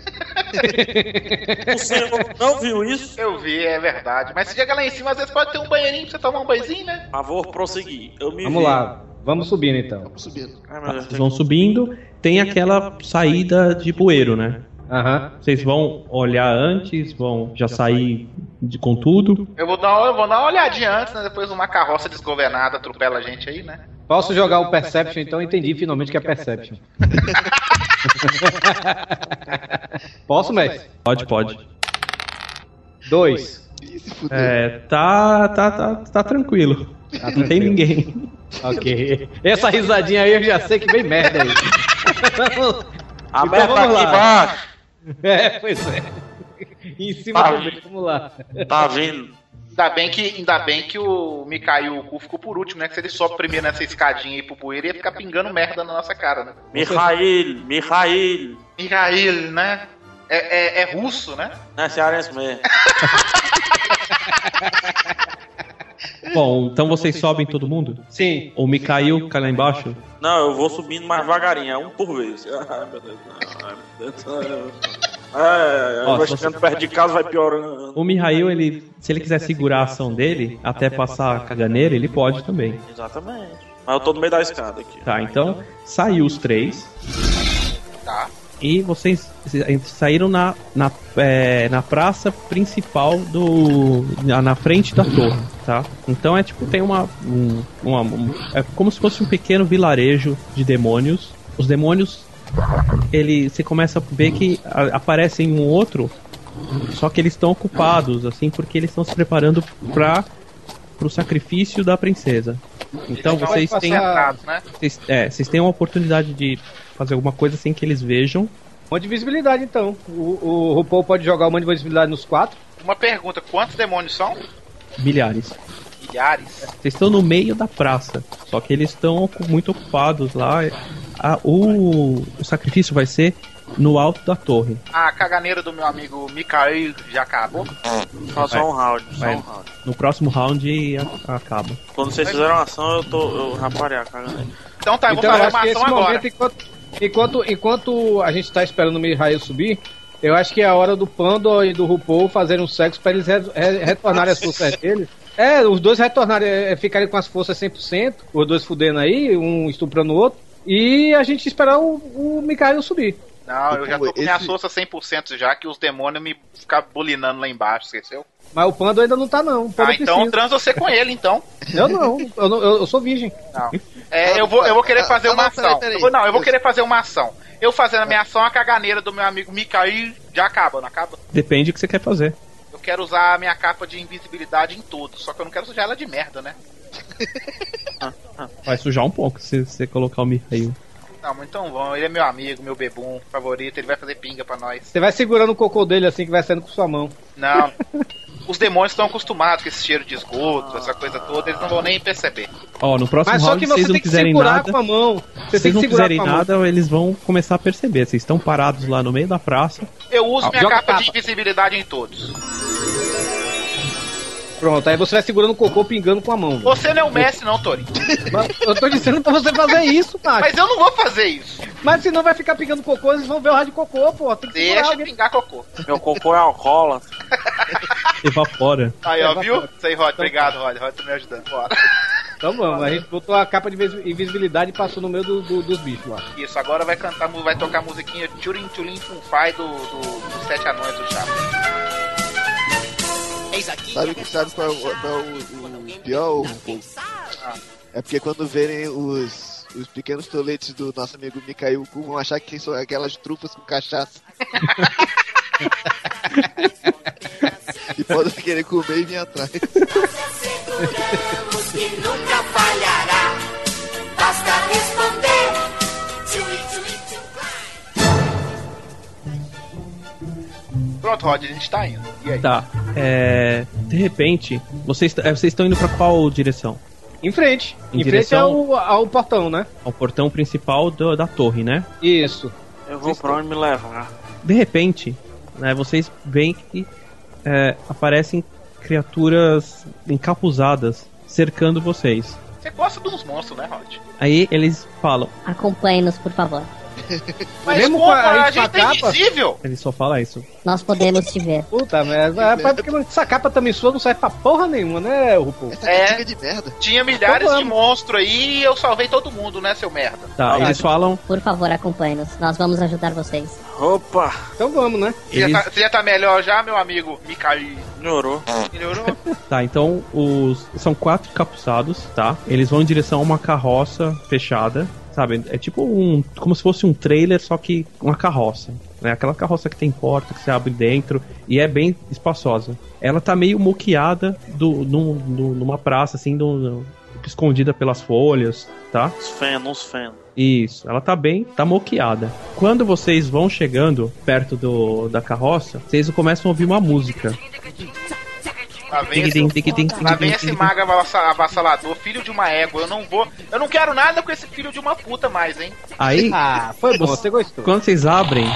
O senhor não viu isso?
Eu vi, é verdade. Mas se chega lá em cima, às vezes pode ter um banheirinho pra você tomar um banhozinho, né?
Mas vou prosseguir. Eu me
Vamos
vi.
lá, vamos subindo então.
Subindo.
Ah, Vocês vão subindo, tem aquela saída de bueiro, né? Vocês vão olhar antes, vão já sair de com tudo.
Eu vou dar, eu vou dar uma olhadinha antes, né? Depois uma carroça desgovernada atropela a gente aí, né?
Posso jogar o Perception então? Entendi finalmente que é Perception. *laughs* Posso, mestre?
Pode, pode.
Dois.
É, tá, tá, tá, tá tranquilo. Não tem ninguém.
Tá Ok. Essa risadinha aí eu já sei que vem merda aí. *laughs*
Aberta aqui embaixo.
Então, *laughs* É, pois é. Em cima
Tá
do
vindo.
meio, vamos lá.
Tá vindo.
Ainda bem que, ainda bem que o Mikael o cu ficou por último, né? Que se ele sobe primeiro nessa escadinha aí pro poeira, ia ficar pingando merda na nossa cara, né?
Mihail, Mihail.
Mikael, né? É, é, é russo, né?
Não é cearense mesmo.
*laughs* Bom, então vocês sobem todo mundo?
Sim.
O Mikael cai lá embaixo?
Não, eu vou subindo mais devagarinho, é um por vez. *laughs* Ai, meu Deus. Ai, meu Deus. Ai, meu Deus. É, Ai, ai,
Ó,
vai
se
chegando perto de casa, vai piorando.
O Mihail, ele, se ele quiser segurar a ação dele até passar a caganeira, ele pode também.
Exatamente. Mas eu tô no meio da escada aqui.
Tá, então saiu os três.
Tá.
E vocês saíram na, na, é, na praça principal do. Na, na frente da torre, tá? Então é tipo, tem uma. um- uma um- é como se fosse um pequeno vilarejo de demônios. Os demônios. Ele. Você começa a ver que a- aparecem um outro. Só que eles estão ocupados, assim, porque eles estão se preparando para pro sacrifício da princesa. Então
Eles
vocês
estão
têm.
concentrados, né?
Vocês, é, vocês têm uma oportunidade de fazer alguma coisa sem que eles vejam.
Uma de visibilidade então. O, o RuPaul pode jogar uma de visibilidade nos quatro.
Uma pergunta, quantos demônios são?
Milhares.
Milhares.
Vocês estão no meio da praça, só que eles estão ocu- muito ocupados lá. Ah, o, o sacrifício vai ser no alto da torre.
Ah, A caganeira do meu amigo Mikael já acabou.
Só, só um round, só
Vai.
um round.
No próximo round a- acaba.
Quando vocês fizeram a ação, eu tô. Eu raparei a cagando.
Então tá, eu vou
Então, eu
fazer
acho
uma
que
ação
esse
agora.
momento, enquanto, enquanto, enquanto a gente tá esperando o Mihail subir, eu acho que é a hora do Pando e do RuPaul fazerem um sexo pra eles re- re- retornarem as
*laughs*
forças deles. É, os dois retornarem, é, ficarem com as forças 100%, os dois fudendo aí, um estuprando o outro, e a gente esperar o, o Mikael subir.
Não, eu já tô com
Esse-
minha força 100% já, que os demônios me ficam bulinando lá embaixo, esqueceu?
Mas o Pando ainda não tá, não. O Pando
Ah, então
precisa.
transa você com ele, então.
Eu não, eu, não- eu- eu sou virgem.
Não. É, eu vou, eu vou querer
Ah,
fazer
ah,
uma
não, peraí,
ação.
peraí.
Eu vou- não, eu vou querer fazer uma ação. Eu fazendo a minha ação, a caganeira do meu amigo Mikael já acaba, não acaba?
Depende do que você quer fazer.
Eu quero usar a minha capa de invisibilidade em tudo, só que eu não quero sujar ela de merda,
*laughs*
né?
Ah,
Vai sujar um pouco se você colocar o Mihail.
Não, mas então vamos, ele é meu amigo, meu bebum favorito, ele vai fazer pinga pra nós.
*laughs* Você vai segurando o cocô dele assim que vai saindo com sua mão.
*laughs*
Não. Os demônios estão acostumados com esse cheiro de esgoto, essa coisa
Ah.
toda, eles não vão nem perceber.
Ó, no próximo
Mas só
round,
que
se vocês
você
não
tem que
quiserem
segurar
nada.
com a mão.
Se
Você tem
vocês não
que segurar
quiserem
com a mão.
nada, eles vão começar a perceber. Vocês estão parados lá no meio da praça.
Eu uso
Ah,
minha
joga
capa, de invisibilidade em todos.
Pronto, aí você vai segurando o cocô pingando com a mão. velho.
Você não é o Messi, não, Tori.
Mas eu tô dizendo pra você fazer isso, Nath.
Mas eu não vou fazer isso.
Mas senão vai ficar pingando cocô, eles vão ver o rádio cocô, pô. Tem que segurar
Deixa
alguém.
pingar cocô.
Meu cocô é alcoólatra.
Evapora.
Aí, ó,
*laughs*
viu? Isso aí, Rod. Obrigado, Rod. Rod tá me ajudando. Bora.
Então vamos, a gente botou a capa de invis- invisibilidade e passou no meio do- do- dos bichos lá.
Isso, agora vai cantar, mu- vai tocar a musiquinha Tchurin Tchurin Funfai do, do, dos Sete Anões do Chaves.
Eis aqui. Sabe, sabe qual é o, qual é o- o pior? o- o- É porque quando verem os, os pequenos toletes do nosso amigo Mikhail Ku vão achar que são aquelas trufas com cachaça. e podem querer comer e vir atrás.
Seguramos que nunca falhará. Basta responder. Tchui, tchui, tchui.
Pronto, Rod, a gente tá indo. E aí?
Tá. É, de repente, vocês é, vocês estão indo pra qual direção?
Em frente.
Em
Em, frente
direção-
ao, ao portão, né?
Ao portão principal do- da torre, né?
Isso.
Eu vou pra onde me levar.
De repente, né, vocês veem que é, aparecem criaturas encapuzadas cercando vocês.
Você gosta de uns monstros, né,
*laughs*
Rod?
Aí eles falam.
Acompanhe-nos, por favor.
Mas
Mesmo
como?
com a-
A,
a gente
gente
com
é
a capa?
invisível!
Ele só fala isso.
Nós podemos te ver.
Puta merda. É, mas porque essa capa também sua não serve pra porra nenhuma, né, Rupo?
É,
de merda.
tinha milhares
Então
de monstros aí e eu salvei todo mundo, né, seu merda?
Tá, eles falam.
Por favor, acompanhe-nos. Nós vamos ajudar vocês.
Opa!
Então vamos, né?
Você, já tá, você já tá melhor já, meu amigo? Micaí.
Melhorou.
Melhorou?
Tá, então os são quatro capuçados, tá? Eles vão em direção a uma carroça fechada, sabe? É tipo um como se fosse um trailer, só que uma carroça, né? Aquela carroça que tem porta que você abre dentro e é bem espaçosa. Ela tá meio moqueada do, num- num- numa praça assim, num- num- escondida pelas folhas, tá?
Uns feno, uns feno.
Isso, ela tá bem, tá moqueada. Quando vocês vão chegando perto do, da carroça, vocês começam a ouvir uma música.
Lá vem
Tic, tic, tic, tic,
esse, lá vem
tic,
esse
tic,
mago avassa- avassalador, filho de uma égua. Eu não vou. Eu não quero nada com esse filho de uma puta mais, hein?
Aí.
*laughs* Ah, foi bom, você gostou.
Quando vocês abrem,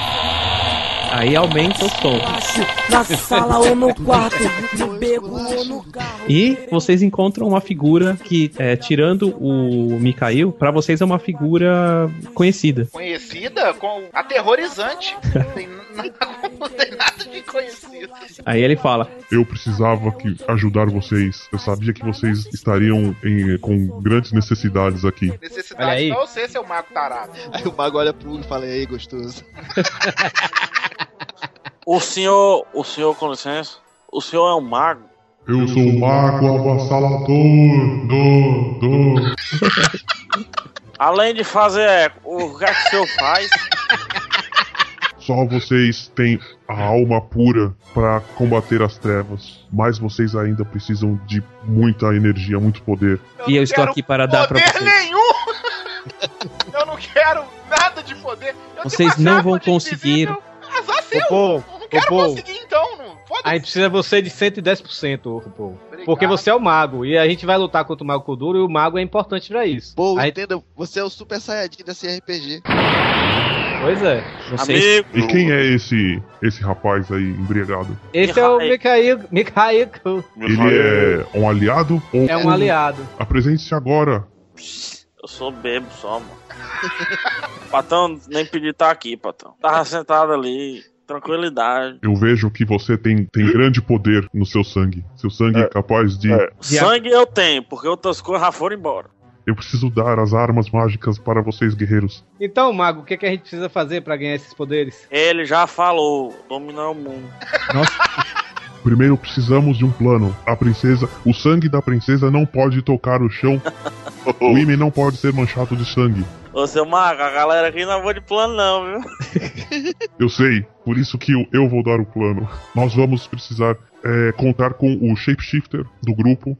aí aumenta o som.
Na sala ou no quarto, no beco ou no
E vocês encontram uma figura que, é, tirando o Mikael, pra vocês é uma figura conhecida.
Conhecida com
*laughs*
aterrorizante. Não tem, na- não tem nada de conhecido.
Aí ele fala:
Eu precisava que ajudar vocês. Eu sabia que vocês estariam em- com grandes necessidades aqui.
Necessidade
Olha aí.
pra você, seu mago tarado.
Aí o mago olha pro Hugo e fala, e aí, gostoso.
O senhor, o senhor, com licença, o senhor é um mago?
Eu sou o mago avassalador do, do.
Além de fazer eco, o que é que o senhor faz?
*laughs* Só vocês têm a alma pura para combater as trevas, mas vocês ainda precisam de muita energia, muito poder.
E eu estou aqui para dar pra
Poder
né?
vocês.
nenhum! eu não quero nada de poder. Eu
Vocês não vou conseguir.
Azar seu.
Rupo,
não quero
Rupo.
conseguir então. Não. Foda-se.
Aí precisa você de 110%, Rupo. Porque você é o mago. E a gente vai lutar contra o Mago Kuduro e o mago é importante pra isso.
Pô,
Aí-
entenda, você é o super saiyajin desse RPG.
Pois é.
Vocês... E quem é esse esse rapaz aí embriagado?
Esse é o Mikhail. Mikhail. Ku.
Ele é um aliado? Ou...
É um aliado.
Apresente-se agora.
Eu sou bebo só,
*laughs*
mano. patão, nem pedi tá aqui, patão. Tava sentado ali, tranquilidade.
Eu vejo que você tem, tem grande poder no seu sangue. Seu sangue Hum? é capaz de.
Sangue eu tenho, porque outras coisas já foram embora.
Eu preciso dar as armas mágicas para vocês, guerreiros.
Então, mago, o que, que a gente precisa fazer pra ganhar esses poderes?
Ele já falou, dominar o mundo.
*laughs* Primeiro precisamos de um plano. A princesa. O sangue da princesa não pode tocar o *laughs* chão. o Ime não pode ser manchado de sangue.
Ô, seu mago, a galera aqui não vou de plano não,
*laughs*
viu?
Eu sei, por isso que eu, eu vou dar o plano. Nós vamos precisar é, contar com o shapeshifter do grupo.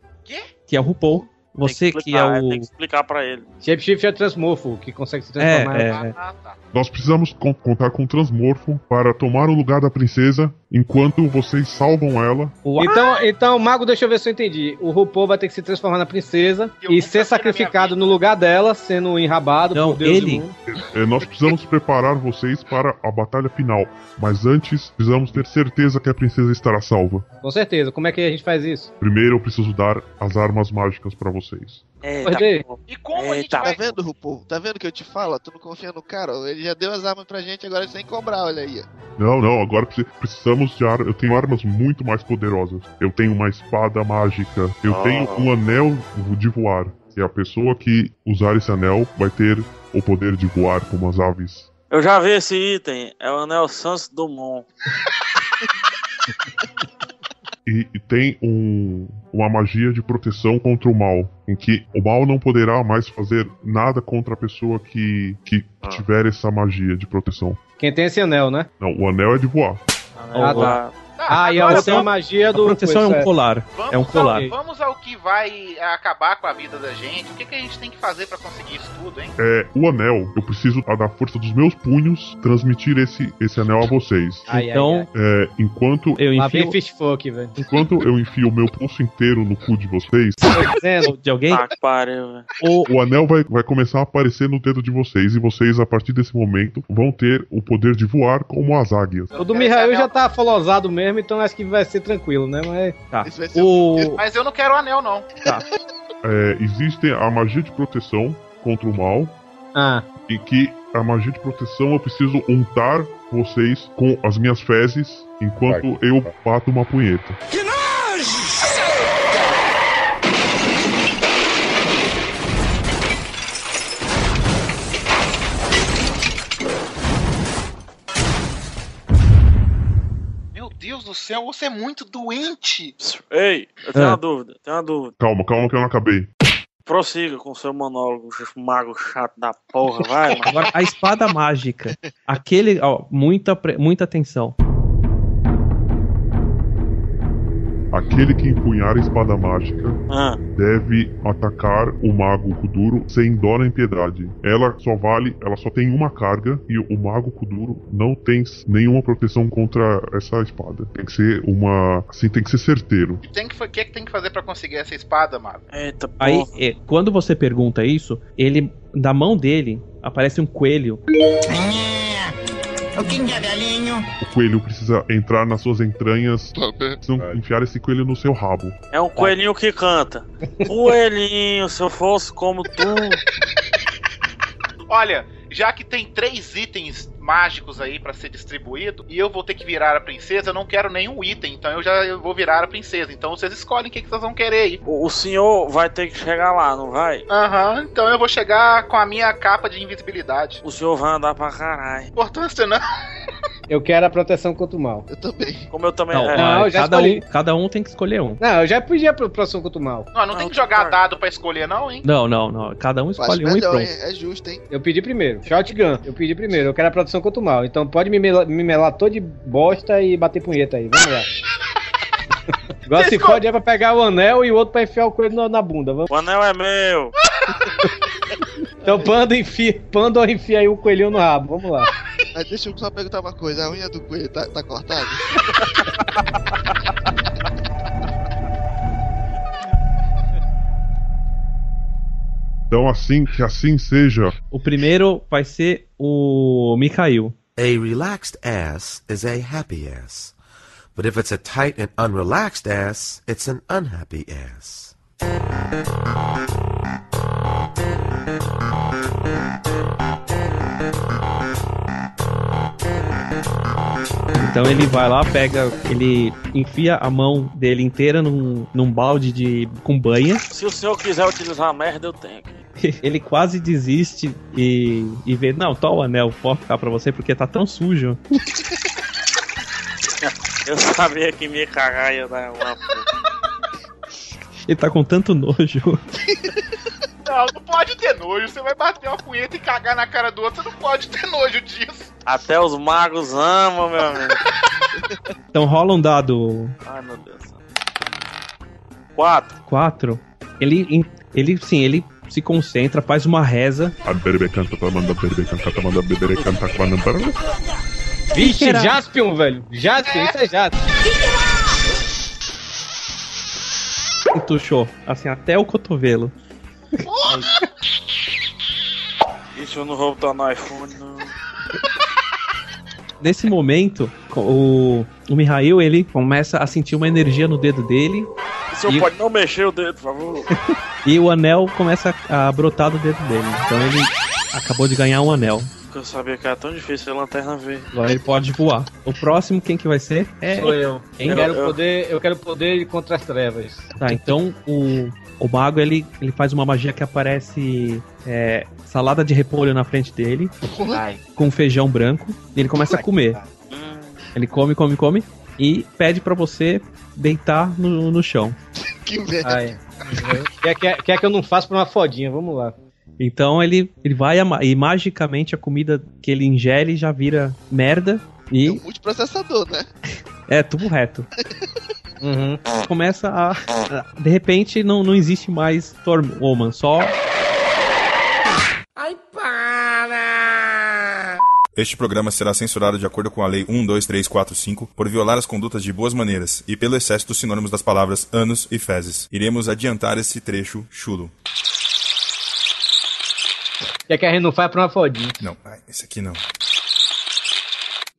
Que é o RuPaul. Você que, é o.
explicar pra ele.
Shapeshift é transmorfo, que consegue se
É,
transformar.
é, é.
Nós precisamos con- contar com o transmorfo para tomar o lugar da princesa enquanto vocês salvam ela.
Então, então, mago, deixa eu ver se eu entendi. O RuPaul vai ter que se transformar na princesa e ser sacrificado no lugar dela, sendo um enrabado por Deus e mundo.
É, nós precisamos preparar vocês para a batalha final, mas antes precisamos ter certeza que a princesa estará salva.
Com certeza. Como é que a gente faz isso?
Primeiro eu preciso dar as armas mágicas para vocês.
Pois bem.
E como
a gente Tá vendo, Rupo? Tá vendo que eu te falo? Tu não confia no cara? Ele já deu as armas pra gente, agora sem cobrar, olha aí. ó.
Não, não, agora preci- precisamos de armas. Eu tenho armas muito mais poderosas. Eu tenho uma espada mágica. Eu
Ah.
tenho um anel de voar. E a pessoa que usar esse anel vai ter o poder de voar como as aves.
Eu já vi
*laughs*
esse item, é o anel Sans Dumont.
e, e tem um, uma magia de proteção contra o mal, em que o mal não poderá mais fazer nada contra a pessoa que, que tiver essa magia de proteção.
Quem tem esse anel, né?
Não, o anel é de voar.
Ah, tá. Ah, e a
Agora
outra é a
vamos-
magia do.
a proteção é um colar.
Vamos
É um colar.
Ao, vamos ao que vai acabar com a vida da gente. O que, que a gente tem que fazer pra conseguir isso tudo, hein?
É, o anel, eu preciso ah, da força dos meus punhos transmitir esse, esse anel a vocês.
Ai, ai, Então-
É, enquanto eu
Lá vem fist fuck, velho.
enquanto eu enfio o meu pulso inteiro no cu de vocês,
De alguém?
Ah, que pariu, velho.
o anel vai, vai começar a aparecer no dedo de vocês e vocês a partir desse momento vão ter o poder de voar como as águias.
O do Mihail já tá folosado mesmo, então acho que vai ser tranquilo, né? Mas.
Tá.
O-
Mas eu não quero anel, não.
É, existe a magia de proteção contra o mal. E que a magia de proteção eu preciso untar vocês com as minhas fezes enquanto eu bato uma punheta.
Meu Deus do céu, você é muito doente.
Ei, eu tenho
Ah.
uma dúvida, tenho uma dúvida.
Calma, calma que eu não acabei.
Prossiga com seu monólogo, seu mago chato da porra, vai, mano.
Agora, a espada mágica. Aquele. Ó, muita, pre- muita atenção.
Aquele que empunhar a espada mágica
Ah.
deve atacar o mago Kuduro sem dó nem piedade. Ela só vale, ela só tem uma carga e o mago Kuduro não tem s- nenhuma proteção contra essa espada. Tem que ser uma, assim, tem que ser certeiro.
O tem que, fa- que, que tem que fazer pra conseguir essa espada, Mago?
Eita,
Aí, é, quando você pergunta isso, ele. Da mão dele aparece um coelho.
O que é, velhinho?
O coelho precisa entrar nas suas entranhas, precisam enfiar esse coelho no seu rabo.
É
Tá.
um coelhinho que canta. Coelhinho, se eu fosse como tu.
Olha, já que tem três itens mágicos aí pra ser distribuído e eu vou ter que virar a princesa, eu não quero nenhum item, então eu já eu vou virar a princesa. Então vocês escolhem o que, que vocês vão querer aí.
O, o senhor vai ter que chegar lá, não vai?
Aham, então eu vou chegar com a minha capa de invisibilidade.
O senhor vai andar pra caralho.
Importância né? não.
Eu quero a proteção contra o mal.
Eu também.
Como eu também.
Não,
é.
Não, eu já
cada,
escolhi.
um, cada um tem que escolher um.
Não, eu já pedi a proteção contra o mal.
Não, não tem que jogar dado pra escolher, não, hein?
Não, não, não. Cada um escolhe um e pronto.
É justo, hein?
Eu pedi primeiro. Shotgun. Eu pedi primeiro. Eu quero a proteção contra o mal. Então pode me, mela- me melar todo de bosta e bater punheta aí.
*laughs*
Vamos lá. Igual se pode é pra pegar o anel e o outro pra enfiar o coelho na, na bunda. Vamos.
O anel é meu.
*laughs* Então panda enfia, panda enfia aí o coelhinho no rabo. Vamos lá.
Mas deixa eu só perguntar uma coisa, a unha do coelho tá, tá cortada?
Então assim, que assim seja.
O primeiro vai ser o Mikhail.
A relaxed ass is a happy ass. But if it's a tight and unrelaxed ass, it's an unhappy ass.
Então ele vai lá, pega, ele enfia a mão dele inteira num, num balde de com banha. *laughs*
Se o senhor quiser utilizar a merda, eu tenho aqui.
Ele quase desiste e, e vê, não, tá o anel, pode ficar pra você porque tá tão sujo.
*laughs*
*laughs*
Eu sabia que me cagar ia dar uma porra.
Ele tá com tanto nojo.
*laughs*
*laughs*
Não, não pode ter nojo. Você vai bater uma punheta e cagar na cara do outro, você não pode ter nojo disso.
Até os magos amam, meu amigo.
Então rola um dado
Ai, meu Deus. Quatro.
4. Ele, ele sim, ele se concentra, faz uma reza.
Vixe,
Será?
Jaspion, velho. Jaspion, isso é Jaspion.
E tuchou, assim, até o cotovelo.
Isso eu não roubo tá no iPhone, não.
Nesse momento, co- o, o Mihail, ele começa a sentir uma energia no dedo dele
O senhor
E-
pode não mexer o dedo, por favor.
e o anel começa a brotar do dedo dele. Então ele acabou de ganhar um anel.
Porque eu sabia que era tão difícil a lanterna verde.
Agora ele pode voar. O próximo, quem que vai ser? É,
Sou eu.
Hein?
Eu quero poder, eu quero poder contra as trevas.
Tá, então o, o mago, ele, ele faz uma magia que aparece é, salada de repolho na frente dele.
Ai.
com feijão branco e ele começa a comer. Ele come, come, come e pede pra você deitar no, no chão.
Que merda.
Ai. Quer, quer, quer que eu não faça pra uma fodinha? Vamos lá.
Então ele, ele vai ama- e magicamente a comida que ele ingere já vira merda e
Multiprocessador, né?
é tubo reto.
Uhum.
Começa a, a- De repente não, não existe mais Storm Woman, só.
Este programa será censurado de acordo com a Lei 12345 por violar as condutas de boas maneiras e pelo excesso dos sinônimos das palavras anos e fezes. Iremos adiantar esse trecho chulo.
Quer que a gente não ah, faça pra uma fodinha?
Não, ai, esse aqui não.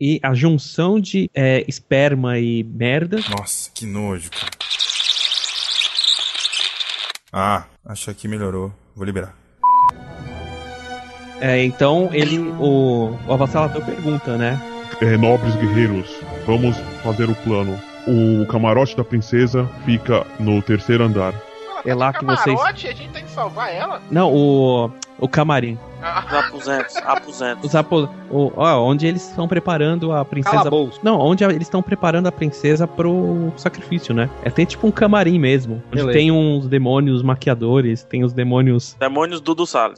E a junção de é, esperma e merda.
Nossa, que nojo, cara. Ah, acho que melhorou. Vou liberar.
É, então ele. O, o avassalador pergunta, né?
É, nobres guerreiros, vamos fazer o plano. O camarote da princesa fica no terceiro andar.
É lá que vocês.
Camarote, a gente tem que salvar ela?
Não, o. O camarim.
Os aposentos, aposentos.
Os apo... o- ó, onde eles estão preparando a princesa.
Calabouço.
Não, onde a- eles estão preparando a princesa pro sacrifício, né? É tem tipo um camarim mesmo. Onde
Beleza.
tem uns demônios maquiadores, tem os demônios.
Demônios Dudu Salles.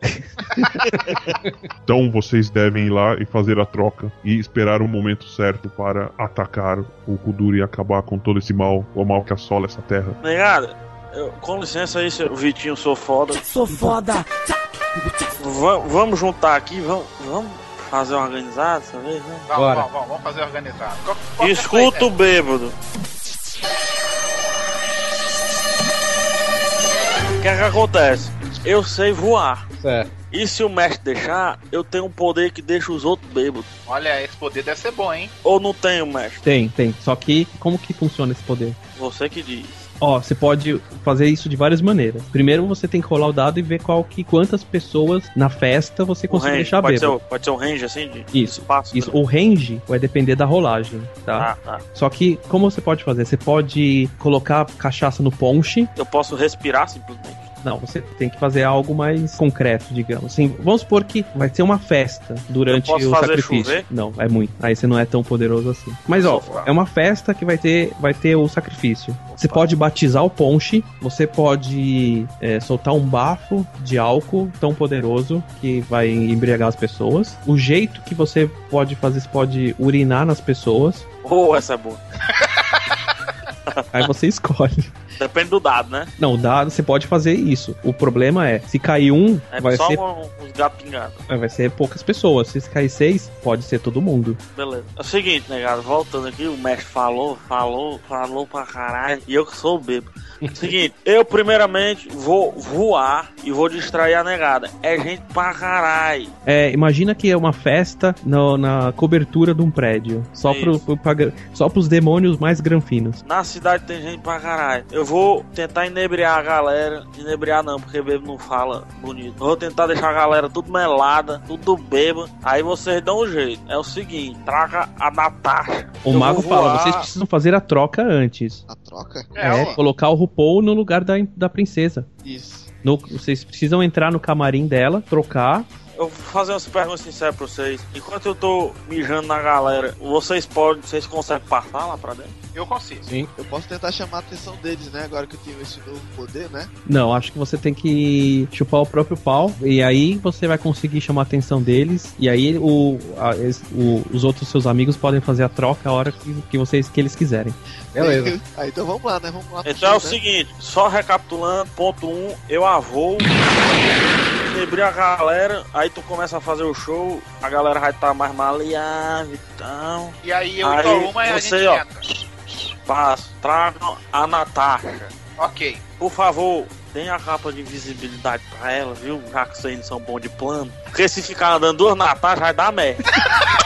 Então vocês devem ir lá e fazer a troca e esperar o momento certo para atacar o Kuduro e acabar com todo esse mal, o mal que assola essa terra.
Negado, Tá eu- com licença aí, seu Vitinho, sou foda. Sou
foda.
vamos juntar aqui, vamos, vamos fazer organizado dessa vez, né?
Vamos, vamos, vamos, vamos fazer organizado. Qual- qual que é essa
Escuta o
ideia?
bêbado. O que é que acontece? Eu sei voar.
Certo.
E se o mestre deixar, eu tenho um poder que deixa os outros bêbados.
Olha, esse poder deve ser bom, hein?
Ou não tenho, mestre?
Tem, tem. Só que como que funciona esse poder?
Você que diz.
Ó, você pode fazer isso de várias maneiras. Primeiro você tem que rolar o dado e ver qual que quantas pessoas na festa você
Um
consegue
range,
deixar
pode, ser,
bêbado.
o- pode ser um range assim? De...
Isso. Isso. O range vai depender da rolagem, tá?
Ah, tá.
Só que como você pode fazer? Você pode colocar cachaça no ponche.
Eu posso respirar simplesmente.
Não, você tem que fazer algo mais concreto, digamos. Assim, vamos supor que vai ser uma festa durante
Eu posso
o
fazer
sacrifício.
chover?
Não, é muito. Aí você não é tão poderoso assim. Mas ó, é uma festa que vai ter, vai ter o sacrifício. Você pode batizar o ponche, você pode é, soltar um bafo de álcool tão poderoso que vai embriagar as pessoas. O jeito que você pode fazer, você pode urinar nas
*laughs*
pessoas.
Ou essa é boa.
Aí você escolhe.
Depende do dado, né?
Não, dá, você pode fazer isso. O problema é, se cair um,
É
vai
só
ser
um- uns gatos pingados.
É, Vai ser poucas pessoas. Se cair seis, pode ser todo mundo.
Beleza. É o seguinte, negado, voltando aqui, o mestre falou, falou, falou pra caralho. E eu que sou o bebo. Seguinte, *laughs* eu primeiramente vou voar e vou distrair a negada. É gente pra caralho.
É, imagina que é uma festa no- na cobertura de um prédio. Só, pro, pro, pra gra- só pros demônios mais granfinos.
Na cidade tem gente pra caralho. Eu vou tentar inebriar a galera. Inebriar não, porque bebo não fala bonito. Vou tentar deixar a galera tudo melada, tudo beba. Aí vocês dão um jeito. É o seguinte, traga a Natasha.
O
Eu
mago
vou
fala,
voar.
vocês precisam fazer a troca antes. A
troca?
É, colocar o RuPaul no lugar da, da princesa.
Isso.
No- vocês precisam entrar no camarim dela, trocar.
Eu vou fazer umas perguntas sinceras pra vocês. Enquanto eu tô mijando na galera, vocês podem, vocês conseguem passar lá pra dentro?
Eu consigo.
Sim.
Eu posso tentar chamar a atenção deles, né? Agora que eu tenho esse novo poder, né?
Não, acho que você tem que chupar o próprio pau. E aí você vai conseguir chamar a atenção deles. E aí o, a- es- o- os outros seus amigos podem fazer a troca a hora que, que vocês, que eles quiserem.
*laughs* Aí então vamos lá, né? Vamos lá.
Então é o seguinte, só recapitulando, ponto 1, um, eu avô, ebrei a galera, aí tu começa a fazer o show, a galera vai estar mais maleável e tal.
E aí eu dou uma e a gente
ó,
entra.
Passo, tragam a Natasha.
Ok.
Por favor, deem a capa de visibilidade pra ela, viu? Já que vocês não são bons de plano. Porque se ficar andando duas Natasha, vai
*laughs*
dar merda.
*laughs*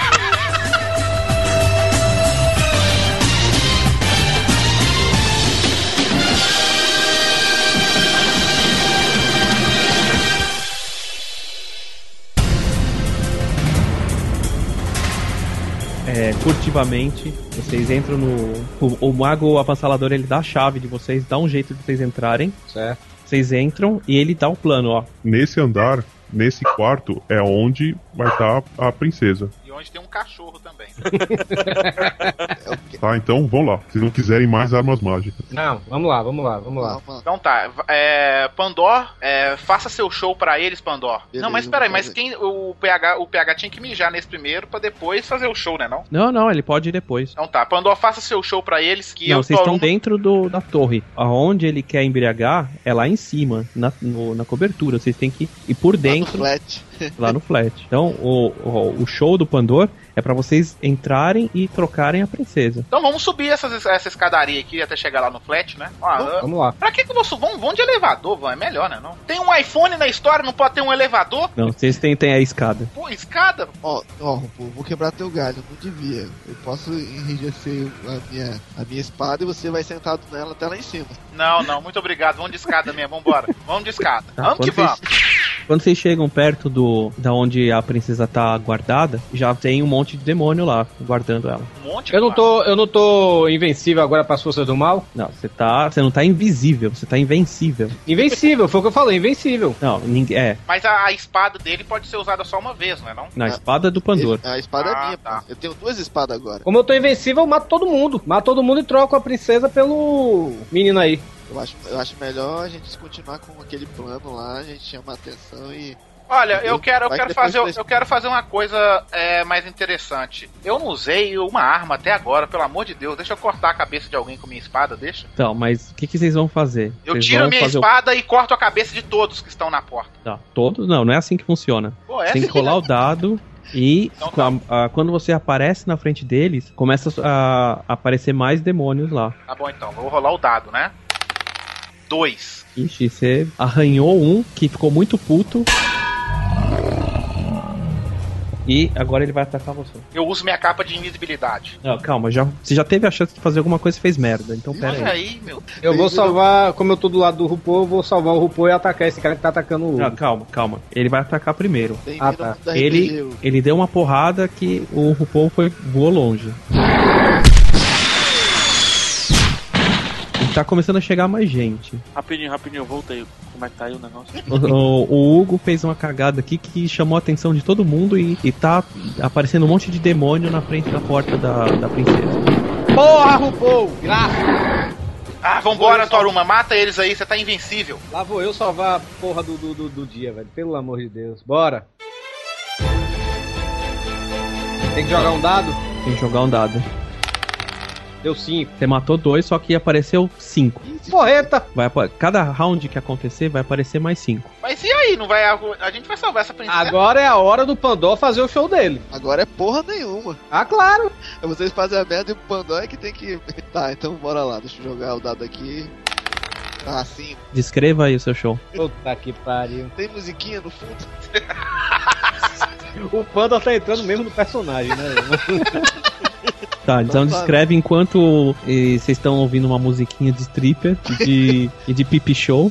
É, furtivamente, vocês entram no. O, o mago avassalador ele dá a chave de vocês, dá um jeito de vocês entrarem. Certo. Vocês entram e ele dá o plano, ó.
Nesse andar, nesse quarto, é onde vai estar a princesa.
*laughs* E onde tem um cachorro também.
*laughs*
Tá, então vão lá. Se não quiserem mais armas mágicas.
Não, vamos lá, vamos lá, vamos lá.
Então tá, v- é, Pandor, é, faça seu show pra eles, Pandor.
Beleza,
não, mas peraí,
vou
mas
fazer.
quem o PH, o PH tinha que mijar nesse primeiro pra depois fazer o show, né não?
Não, não, ele pode ir depois.
Então tá, Pandor, faça seu show pra eles que é
não,
eu
vocês
tô
estão dentro do, da torre. Aonde ele quer embriagar é lá em cima, na, no- na cobertura. Vocês têm que ir por dentro.
Flat.
*laughs* lá no flat. Então, o, o, o show do Pandor é pra vocês entrarem e trocarem a princesa.
Então vamos subir essas, essa escadaria aqui até chegar lá no flat, né? Ó, eu-
Vamos lá.
Pra que que eu vou subir? Vamos, vamos de elevador, vão, é melhor, né não? Tem um iPhone na história, não pode ter um elevador?
Não, vocês tentem a escada.
Pô, escada?
Ó, ó, Rupo, vou quebrar teu galho, não devia. Eu posso enrijecer a minha, a minha espada e você vai sentado nela até lá em cima.
Não, não, muito obrigado, vamos de escada mesmo, vambora. Vamos de escada.
Tá,
vamos que
quando vocês-
vamos.
Quando vocês chegam perto do da onde a princesa tá guardada, já tem um monte de demônio lá guardando ela.
monte,
eu não tô, eu não tô invencível agora pras forças do mal?
Não, você tá, você não tá invisível, você tá invencível.
Invencível, foi o que eu falei, invencível.
Não, ninguém é.
Mas a, a espada dele pode ser usada só uma vez, não Ah, tá. é não?
Na espada do Pandor.
A espada é minha, pô. Eu tenho duas espadas agora.
Como eu tô invencível, eu mato todo mundo. Mato todo mundo e troco a princesa pelo menino aí.
Eu acho, eu acho melhor a gente continuar com aquele plano lá, a gente chama a atenção e.
Olha, eu quero, eu
Vai
quero
depois
fazer,
da-
eu quero fazer uma coisa é, mais interessante. Eu não usei uma arma até agora, pelo amor de Deus. Deixa eu cortar a cabeça de alguém com minha espada, deixa.
Então, mas o que, que vocês vão fazer?
Eu
Vocês
tiro
vão
a minha
fazer o-
espada e corto a cabeça de todos que estão na porta.
Tá, todos não, não é assim que funciona.
Pô, é
Tem que
assim,
rolar o dado e
Então
com
tá.
a- a- quando você aparece na frente deles, começa a, a aparecer mais demônios lá.
Tá bom então, vou rolar o dado, né? Dois.
Ixi, você arranhou um que ficou muito puto. E agora ele vai atacar você.
Eu uso minha capa de invisibilidade.
Não, calma, já, você já teve a chance de fazer alguma coisa e fez merda, então pera
Olha
aí.
aí, meu.
Eu vou salvar, como eu tô do lado do Rupô, eu vou salvar o Rupô e atacar esse cara que tá atacando o
Não,
Hugo.
calma, calma. Ele vai atacar primeiro.
Ah, tá.
Ele, ele deu uma porrada que o RuPaul foi, voou longe. E tá começando a chegar mais gente.
Rapidinho, rapidinho, eu voltei. Como é que tá aí o negócio?
O, o- o Hugo fez uma cagada aqui que chamou a atenção de todo mundo e, e tá aparecendo um monte de demônio na frente da porta da, da princesa.
Porra, Rupô! Graça!
Ah, vambora, Toruma, mata eles aí, você tá invencível.
Lá vou eu salvar a porra do, do, do, do dia, velho. Pelo amor de Deus. Bora! Tem que jogar um dado?
Tem que jogar um dado.
Deu 5.
Você matou dois, só que apareceu cinco.
Porreta!
Vai, apa- cada round que acontecer vai aparecer mais cinco.
Mas e aí, não vai. A gente vai salvar essa princesa.
Agora é a hora do Pandor fazer o show dele.
Agora é porra nenhuma.
Ah, claro!
É vocês fazem a merda e o Pandora é que tem que. *laughs* Tá, então bora lá, deixa eu jogar o dado aqui. Tá, sim.
Descreva aí o seu show.
Puta que pariu.
Tem musiquinha no fundo? *laughs*
O Panda tá entrando mesmo no personagem, né? *laughs*
Tá, então descreve enquanto eh, vocês estão ouvindo uma musiquinha de stripper e de, e de pipi show.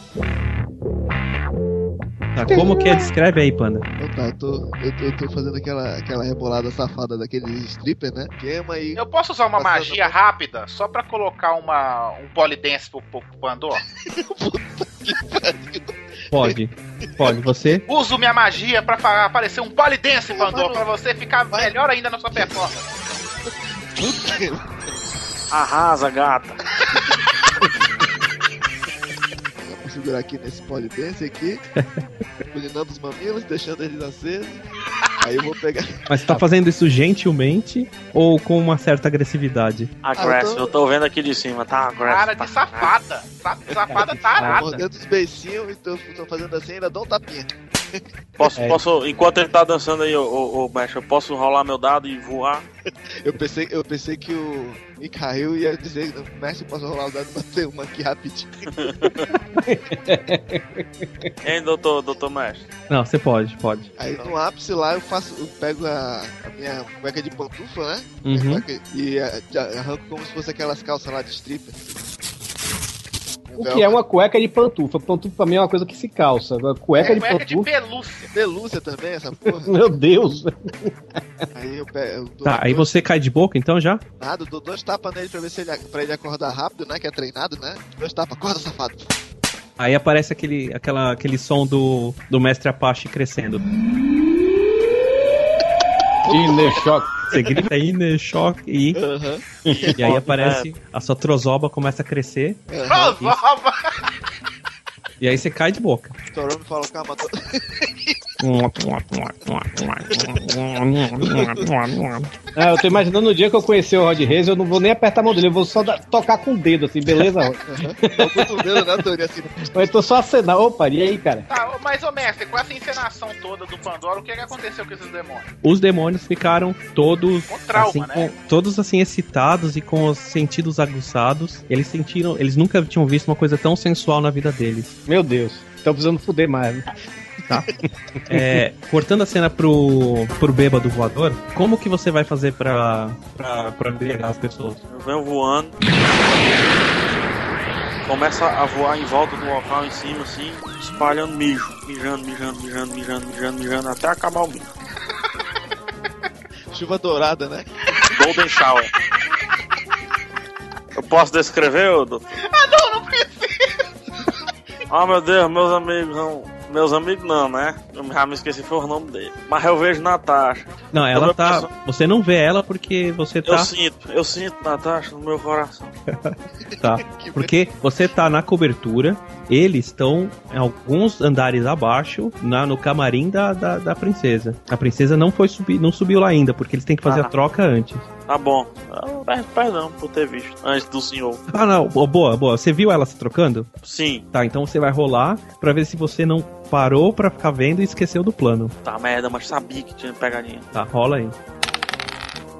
Tá, como que é? Descreve aí, Panda.
Então tá, eu tô, eu tô, eu tô fazendo aquela, aquela rebolada safada daquele stripper, né? *laughs* Queima aí.
Eu posso usar uma magia rápida só pra colocar uma, um polidense pro, pro Pandor?
Pode. Pode, você.
Uso minha magia pra fa- aparecer um polidense, Pandor, pra você ficar melhor ainda na sua performance.
Arrasa, gata.
Vou segurar aqui nesse polidense aqui. Culinando os mamilos, deixando eles acesos. Aí eu vou pegar.
Mas você tá fazendo isso gentilmente ou com uma certa agressividade?
Aggressive, eu tô vendo aqui de cima, tá?
Cara
Aggressive.
de safada. sa-
*laughs*
Safada tarada.
Mordendo os beicinhos e tô, tô fazendo assim, ainda dá um tapinha.
Posso, posso, enquanto ele tá dançando aí, ô, ô, ô Bash, eu posso rolar meu dado e
*laughs*
voar?
Eu pensei, eu pensei que o Mikhail ia dizer, mestre, posso rolar o dado e bater uma aqui rapidinho.
Hein, doutor, doutor Mestre?
Não, você pode, pode.
Aí no ápice lá eu faço, eu pego a, a minha cueca de pantufa, né?
Uhum.
Minha cueca, e eh, já arranco como se fosse aquelas calças lá de stripper.
O que é uma cueca de pantufa? Pantufa pra mim é uma coisa que se calça. Agora, Cueca de pantufa.
É pelúcia.
Pelúcia também, essa porra.
*laughs* Meu Deus!
Aí eu pego. Eu dou
Tá, aí você cai de boca então já?
Nada, eu dou dois tapas nele pra ver se ele, pra ele acordar rápido, né? Que é treinado, né? Dois tapas, acorda, safado.
Aí aparece aquele, aquela, aquele som do, do mestre Apache crescendo. Ineshock. Você grita Ineshock e. *laughs* E aí aparece, a sua trozoba começa a crescer.
É,
É,
Trozoba!
E aí você cai de boca.
Torome é fala, calma, tô...
Ah, eu tô imaginando o dia que eu conhecer o Rod Reis, eu não vou nem apertar a mão dele, eu vou só dar- tocar com o dedo,
*laughs*
assim, beleza, Rod?
*laughs* cotovelo, né, Tony? Assim,
Ou então só acenar. Opa, e aí, cara?
Tá, ô, mas ô mestre, com essa encenação toda do Pandora, o que, que aconteceu com esses demônios?
Os demônios ficaram todos.
trauma,
assim,
né?
com- todos assim, excitados e com os sentidos aguçados. Eles sentiram. Eles nunca tinham visto uma coisa tão sensual na vida deles.
Meu Deus, estão precisando fuder mais, né?
Tá. É, cortando a cena pro, pro bêbado voador, como que você vai fazer pra, pra, pra embriagar as pessoas?
Eu venho voando. Começa a voar em volta do local em cima, assim, espalhando mijo. Mijando, mijando, mijando, mijando, mijando, mijando, até acabar o mijo.
Chuva dourada, né?
Golden Shower. Eu posso descrever, ô, doutor?
Ah, não, não precisa.
Ah, meu Deus, meus amigos não. Meus amigos não, né? Eu já me esqueci foi o nome dele. Mas eu vejo Natasha.
Não, ela
Eu
tá. Você não vê ela porque você
Eu
tá.
sinto, eu sinto Natasha no meu coração.
*laughs* Tá. Porque você tá na cobertura, eles estão em alguns andares abaixo, na, no camarim da, da, da princesa. A princesa não foi subir, não subiu lá ainda, porque eles têm que fazer a troca antes.
Tá bom. Ah, per- Perdão por ter visto antes do senhor.
Ah, não. Bo- Boa, boa. Você viu ela se trocando?
Sim.
Tá, então você vai rolar pra ver se você não parou pra ficar vendo e esqueceu do plano.
Tá merda, mas sabia que tinha pegadinha.
Tá, rola aí.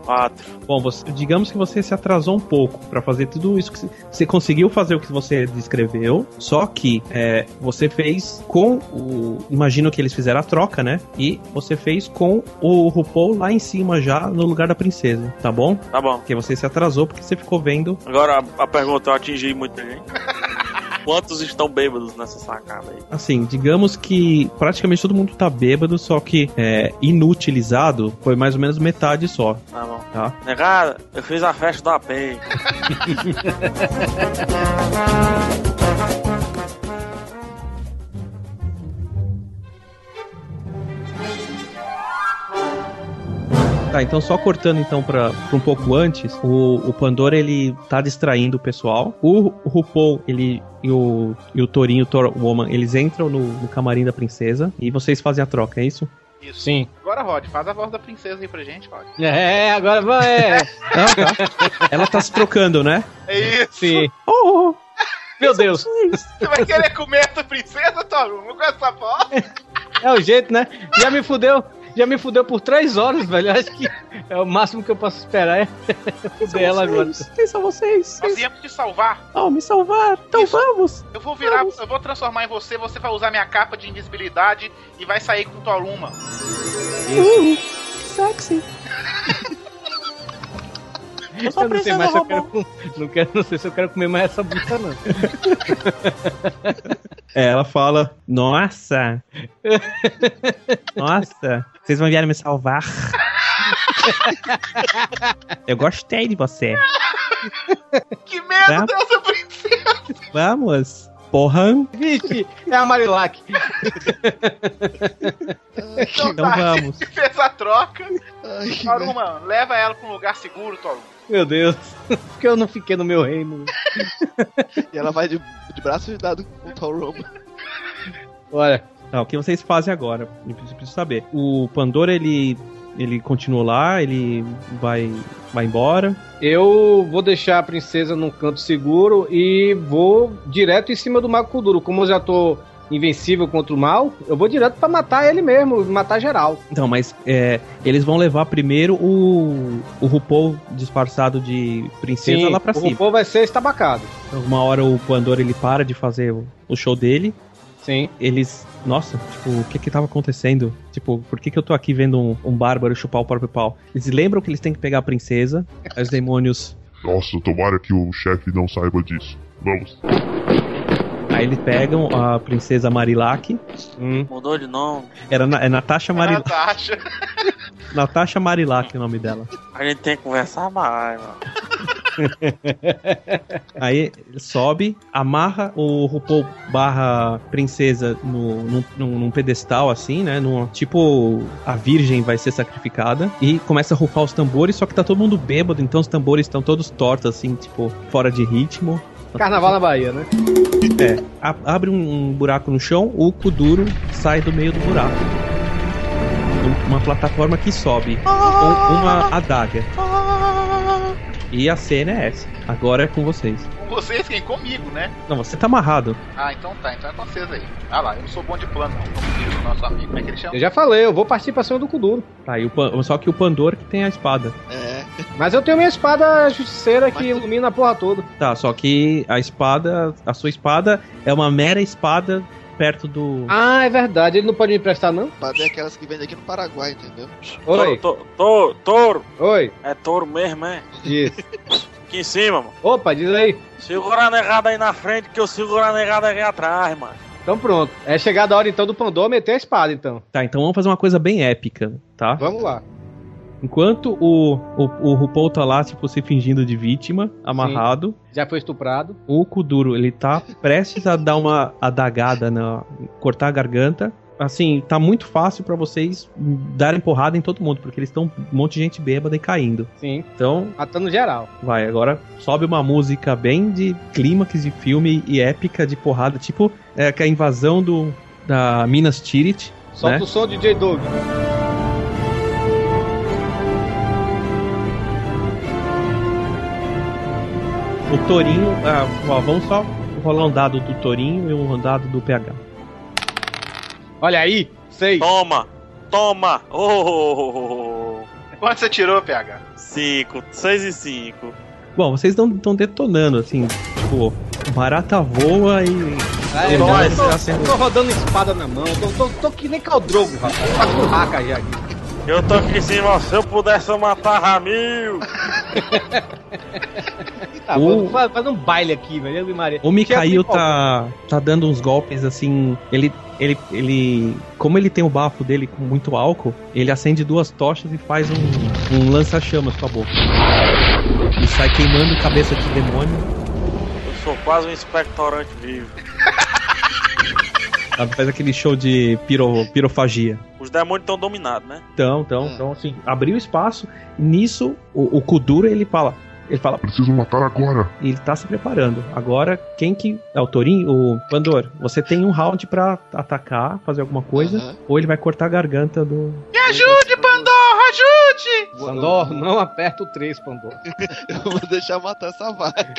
Quatro.
Bom, você- digamos que você se atrasou um pouco pra fazer tudo isso. Que se- você conseguiu fazer o que você descreveu, só que é, você fez com o. Imagino que eles fizeram a troca, né? E você fez com o RuPaul lá em cima já, no lugar da princesa, tá bom?
Tá bom.
Porque você se atrasou porque você ficou vendo.
Agora a, a pergunta, eu atingi muita gente. Quantos estão bêbados nessa sacada aí?
Assim, digamos que praticamente todo mundo tá bêbado, só que é, inutilizado foi mais ou menos metade só.
Tá bom.
Tá?
Negada, eu fiz a festa da PEN.
Tá, então só cortando então pra, pra um pouco antes, o, o Pandora ele tá distraindo o pessoal. O, Ru- o RuPaul, ele e o, e o Torinho, o Thor Woman, eles entram no, no camarim da princesa e vocês fazem a troca, é isso?
Isso.
Sim.
Agora, Rod, faz a voz da princesa aí pra gente, Rod.
É, agora vai.
*laughs* Ela tá se trocando, né?
É isso.
Sim.
Oh, É
Meu Deus.
Você vai querer comer essa princesa, Toru? Com essa
*laughs*
voz?
É o jeito, né? Já me fudeu. Já me fudeu por três horas, velho. Eu Acho que é o máximo que eu posso esperar é *laughs* fuder ela agora.
Quem são vocês?
Nós viemos te salvar.
Oh, me salvar. Então vamos.
Eu vou virar, eu vou transformar em você, você vai usar minha capa de invisibilidade e vai sair com tua luma.
Uh, sexy.
Eu não sei mais se eu quero, com- não quero. Não sei se eu quero comer mais essa bucha, não.
É, ela fala,
*laughs*
nossa, nossa, vocês vão vir me salvar. Uh.
*laughs*
Eu gostei de você.
que merda
Tá.
é essa princesa?
Vamos. Porra.
Vixe, é a Marilac.
Então,
Então
tá,
vamos.
você fez a troca.
que
Toruma, leva ela pra um lugar seguro, Toruma.
Meu Deus. Por que eu não fiquei no meu reino?
*laughs* E ela vai de, de braço de dado com o Paul Roma.
Olha. Tá, o que vocês fazem agora? Eu preciso preciso saber. O Pandora, ele. ele continua lá, ele vai. vai embora.
Eu vou deixar a princesa num canto seguro e vou direto em cima do Mago Kuduro. Como eu já tô invencível contra o mal, eu vou direto pra matar ele mesmo, matar geral.
Então, mas é, eles vão levar primeiro o. o RuPaul disfarçado de princesa lá pra
o
cima.
RuPaul vai ser estabacado.
Uma hora o Pandora ele para de fazer o, o show dele.
Sim.
Eles. Nossa, tipo, o que que tava acontecendo? Tipo, por que que eu tô aqui vendo um, um bárbaro chupar o próprio pau? Eles lembram que eles têm que pegar a princesa. Aí os demônios.
Nossa, tomara que o chefe não saiba disso. Vamos.
Aí eles pegam a princesa Marilac.
Hum.
Mudou de nome.
Era na, é Natasha Marilac.
Natasha.
Natasha Marilac é o nome dela.
*laughs*
A gente tem que conversar mais, mano.
Aí ele sobe, amarra o RuPaul barra princesa no, num, num- num pedestal, assim, né? Num, tipo, a virgem vai ser sacrificada. E começa a rufar os tambores, só que tá todo mundo bêbado, então os tambores estão todos tortos, assim, tipo, fora de ritmo.
Carnaval na Bahia, né?
É, a- abre um, um buraco no chão, o Kuduro sai do meio do buraco. Um- Uma plataforma que sobe com uma adaga. E a cena é essa. Agora é com vocês.
Com vocês, quem? Comigo, né?
Não, você tá amarrado.
Ah, então tá, então é com vocês aí. Ah lá, eu não sou bom de plano, não. Como diz o nosso amigo, como é que ele chama?
Eu já falei, eu vou partir pra cima do Kuduro.
Tá, e o Pan- só que o Pandora que tem a espada.
É.
Mas eu tenho minha espada justiceira que ilumina a porra toda.
Tá, só que a espada, a sua espada é uma mera espada perto do.
Ah, é verdade, ele não pode me emprestar, não?
Padê é aquelas que vendem aqui no Paraguai, entendeu?
Oi.
Touro, touro, touro.
Oi.
É touro mesmo, é?
Isso.
Aqui em cima, mano.
Opa, diz aí.
Segura a negada aí na frente que eu seguro a negada aqui atrás, mano.
Então pronto. É chegada a hora então do Pandora meter a espada, então.
Tá, então vamos fazer uma coisa bem épica, tá?
Vamos lá.
Enquanto o, o, o RuPaul tá lá, tipo, se fingindo de vítima, amarrado,
Já foi estuprado.
o Kuduro, ele tá prestes a dar uma adagada, na, cortar a garganta. Assim, tá muito fácil pra vocês darem porrada em todo mundo, porque eles estão um monte de gente bêbada e caindo.
Sim.
Então,
Matando geral.
vai, agora sobe uma música bem de clímax de filme e épica de porrada, tipo é, que a invasão do, da Minas Tirith.
Solta
né?
o som, DJ Doug.
O Torinho, ah, ó, vamos só rolar um dado do Torinho e um dado do PH.
Olha aí, sei.
Toma, toma. Oh.
Quanto você tirou, PH?
Cinco, seis e cinco.
Bom, vocês estão detonando, assim, tipo, barata voa e.
Aí,
Não,
cara, eu
tá sendo-
tô, tô rodando espada na mão, tô, tô- tô que nem caldrogo, rapaz. Tá com raca já aqui.
Eu tô aqui em cima, se eu pudesse eu matava mil.
*laughs* Tá,
O-
vou fa- fazer um baile aqui, velho. Ave Maria. é
O Mikhail tá, tá dando uns golpes assim. Ele, ele, ele. Como ele tem o bafo dele com muito álcool, ele acende duas tochas e faz um, um lança-chamas com a boca. E sai queimando cabeça de demônio.
Eu sou quase um espectorante vivo.
sabe? Faz aquele show de piro, pirofagia.
Os demônios estão dominados, né?
Então, então, então, assim, abriu espaço. Nisso, o, o Kuduro ele fala. Ele fala.
Preciso matar agora.
E ele tá se preparando. Agora, quem que. É o Torin? O Pandor, você tem um round pra atacar, fazer alguma coisa, ou ele vai cortar a garganta do.
Me ajude, Pandorra, ajude!
Pandor, não aperta o 3,
*laughs*
Pandor.
*laughs* Eu vou deixar matar essa vaca.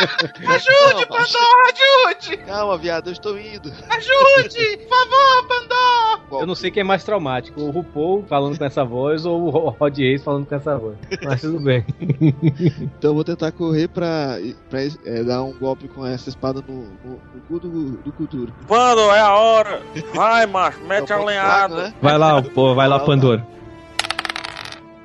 Ajude, Pandorra, ajude!
Calma, viado, eu estou indo.
Ajude!
*laughs*
Por favor, Pandorra!
Eu não sei quem é mais traumático, o RuPaul falando com essa voz ou o Ro- Rod Reis falando com essa voz. Mas tudo *laughs* bem.
Então eu vou tentar correr pra, pra é, dar um golpe com essa espada no, no, no cu do, do Kuduro.
Quando é
*laughs*
a hora? Vai, macho, mete a
ponto fraco,
lenhada.
né?
Vai lá, pô, vai lá, Pandor.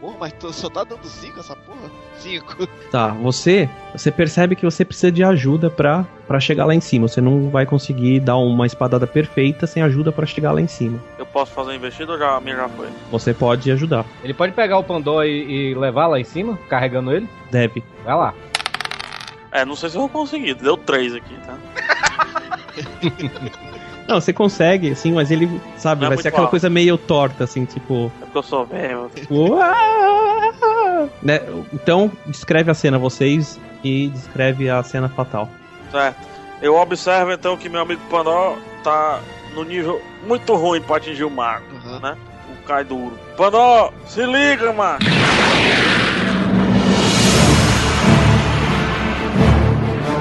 Porra, mas tô- só tá dando 5 essa porra? 5.
Tá, você. Você percebe que você precisa de ajuda pra, pra chegar lá em cima. Você não vai conseguir dar uma espadada perfeita sem ajuda pra chegar lá em cima.
Eu posso fazer um investido ou já, a minha já foi?
Você pode ajudar.
Ele pode pegar o Pandor e, e levar lá em cima, carregando ele?
Deve.
Vai lá.
É, não sei se eu vou conseguir. Deu três aqui,
*laughs*
tá?
Não, você consegue, assim, mas ele, sabe,
Não
vai
é muito
ser aquela
alto.
coisa meio torta, assim, tipo.
É porque eu sou velho.
*laughs*
Uá! Né? Então, descreve a cena vocês e descreve a cena fatal.
Certo. Eu observo então que meu amigo Pandó tá no nível muito ruim pra atingir o mago, né? O cai duro. Pandó, se liga, mano!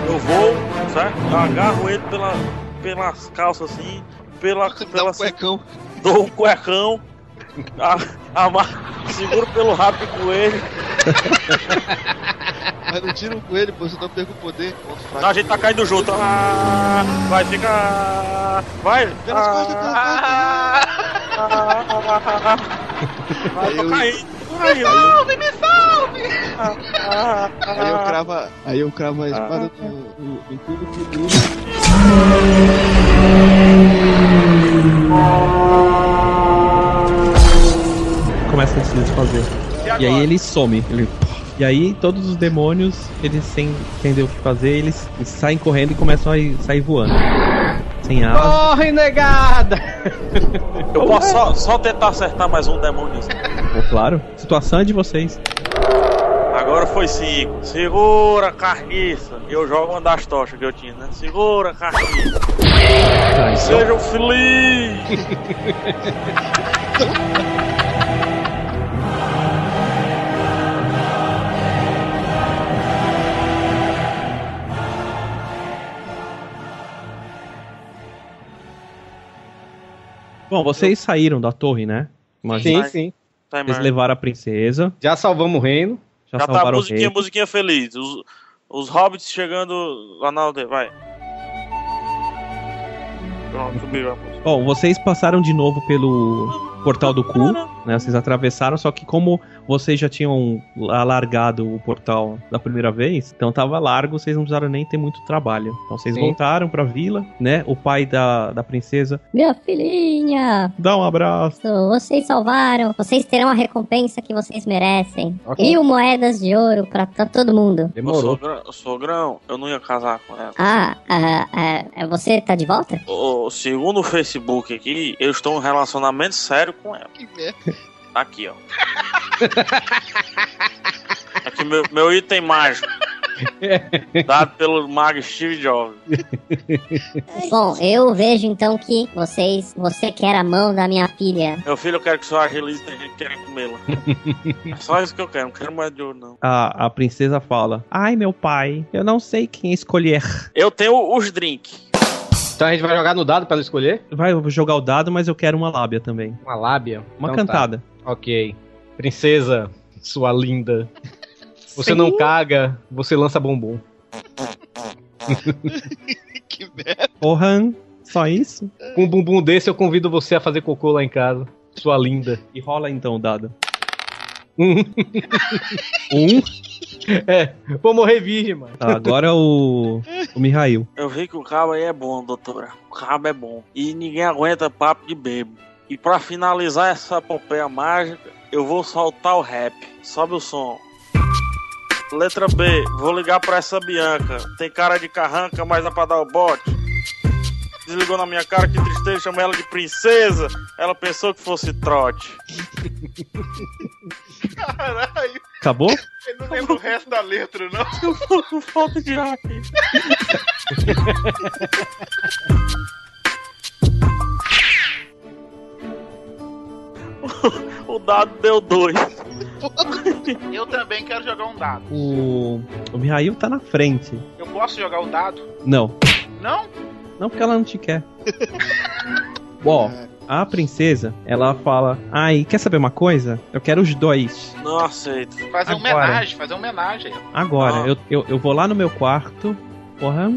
Eu vou, certo? Eu agarro ele pela, pelas calças assim, pela. pela um
cuecão.
Dou um cuecão. A, amar- seguro pelo rabo com ele.
Mas não tira um coelho, pô, senão eu perco o poder. Ponto fraco.
Não, a gente tá caindo junto. Ah, vai ficar. Vai!
Pelas
Ah,
costas, pelas costas. né?
Vai, tô caindo.
Me salve, me salve!
Aí eu cravo, a- aí eu cravo a espada no, no, no cu do Kuduro.
Começa a se desfazer. E, aí ele some. Ele E aí todos os demônios, eles sem entender o que fazer, eles saem correndo e começam a ir- sair voando. Sem asas.
Corre, negada!
*laughs* Eu posso só, só tentar acertar mais um demônio.
Pô, Claro. Situação é de vocês.
Agora foi cinco. Segura, carniça. E eu jogo uma das tochas que eu tinha, né? Segura, carniça.
Tá, então.
Sejam felizes.
Bom, vocês saíram da torre, né?
Sim, sim.
Eles levaram a princesa.
Já salvamos o reino.
Já,
Já tá
salvaram o
musiquinha,
rei.
musiquinha feliz. Os, os hobbits chegando lá na aldeia. Vai. Pronto, subiu a música.
Bom, vocês passaram de novo pelo portal do cu, né? Vocês atravessaram, só que como vocês já tinham alargado o portal da primeira vez, então tava largo, vocês não precisaram nem ter muito trabalho. Então vocês
Sim.
voltaram pra vila, né? O pai da, da princesa
Minha filhinha!
Dá um abraço!
Vocês salvaram, vocês terão a recompensa que vocês merecem.
Ok.
Mil moedas de ouro pra, pra todo mundo.
Ô, sogra- ô, sogrão, eu não ia casar com ela.
Ah, ah, ah, ah, você tá de volta?
Ô, segundo o Facebook aqui, eu estou em um relacionamento sério com ela. Que
merda.
Aqui, ó. *laughs* Aqui, meu, meu item
*laughs*
mágico. Dado pelo mago Steve Jobs.
Bom, eu vejo então que vocês. Você quer a mão da minha filha.
Meu filho, eu quero que sua agilize tem gente querendo comê-la. É só isso que eu quero, não quero mais de ouro, não.
a, a princesa fala: Ai, meu pai, eu não sei quem escolher.
Eu tenho os drinks.
Então a gente vai jogar no dado para escolher? Vai eu vou jogar o dado, mas eu quero uma lábia também.
Uma lábia?
Uma
Então tá.
cantada.
Ok. Princesa, sua linda. Você
Sim.
não caga, você lança bombom.
Porra, só isso?
Com um bumbum desse, eu convido você a fazer cocô lá em casa. Sua linda.
E rola então o dado.
Um. um? *laughs* É, vou morrer virgem, mano.
Tá, agora o. O Mihail.
Eu vi que o cabo aí é bom, doutora. O cabo é bom. E ninguém aguenta papo de bebo. E pra finalizar essa epopeia mágica, eu vou soltar o rap. Sobe o som. Letra B, vou ligar pra essa Bianca. Tem cara de carranca, mas dá pra dar o bote. Desligou na minha cara, que tristeza, chamei ela de princesa. Ela pensou que fosse
*laughs*
trote.
Caralho,
Acabou?
eu não lembro o resto da letra, não.
Com falta de ar. O dado Ah, deu dois.
Eu também quero jogar um dado.
O. O Mihail tá na frente.
Eu posso jogar o dado?
Não.
Não?
Não porque ela não te quer. Bom, a princesa, ela fala: Ai, quer saber uma coisa? Eu quero os dois.
Não aceito.
Fazer uma
Agora.
homenagem, fazer uma homenagem. Ah.
Agora, eu, eu, eu vou lá no meu quarto. Porra.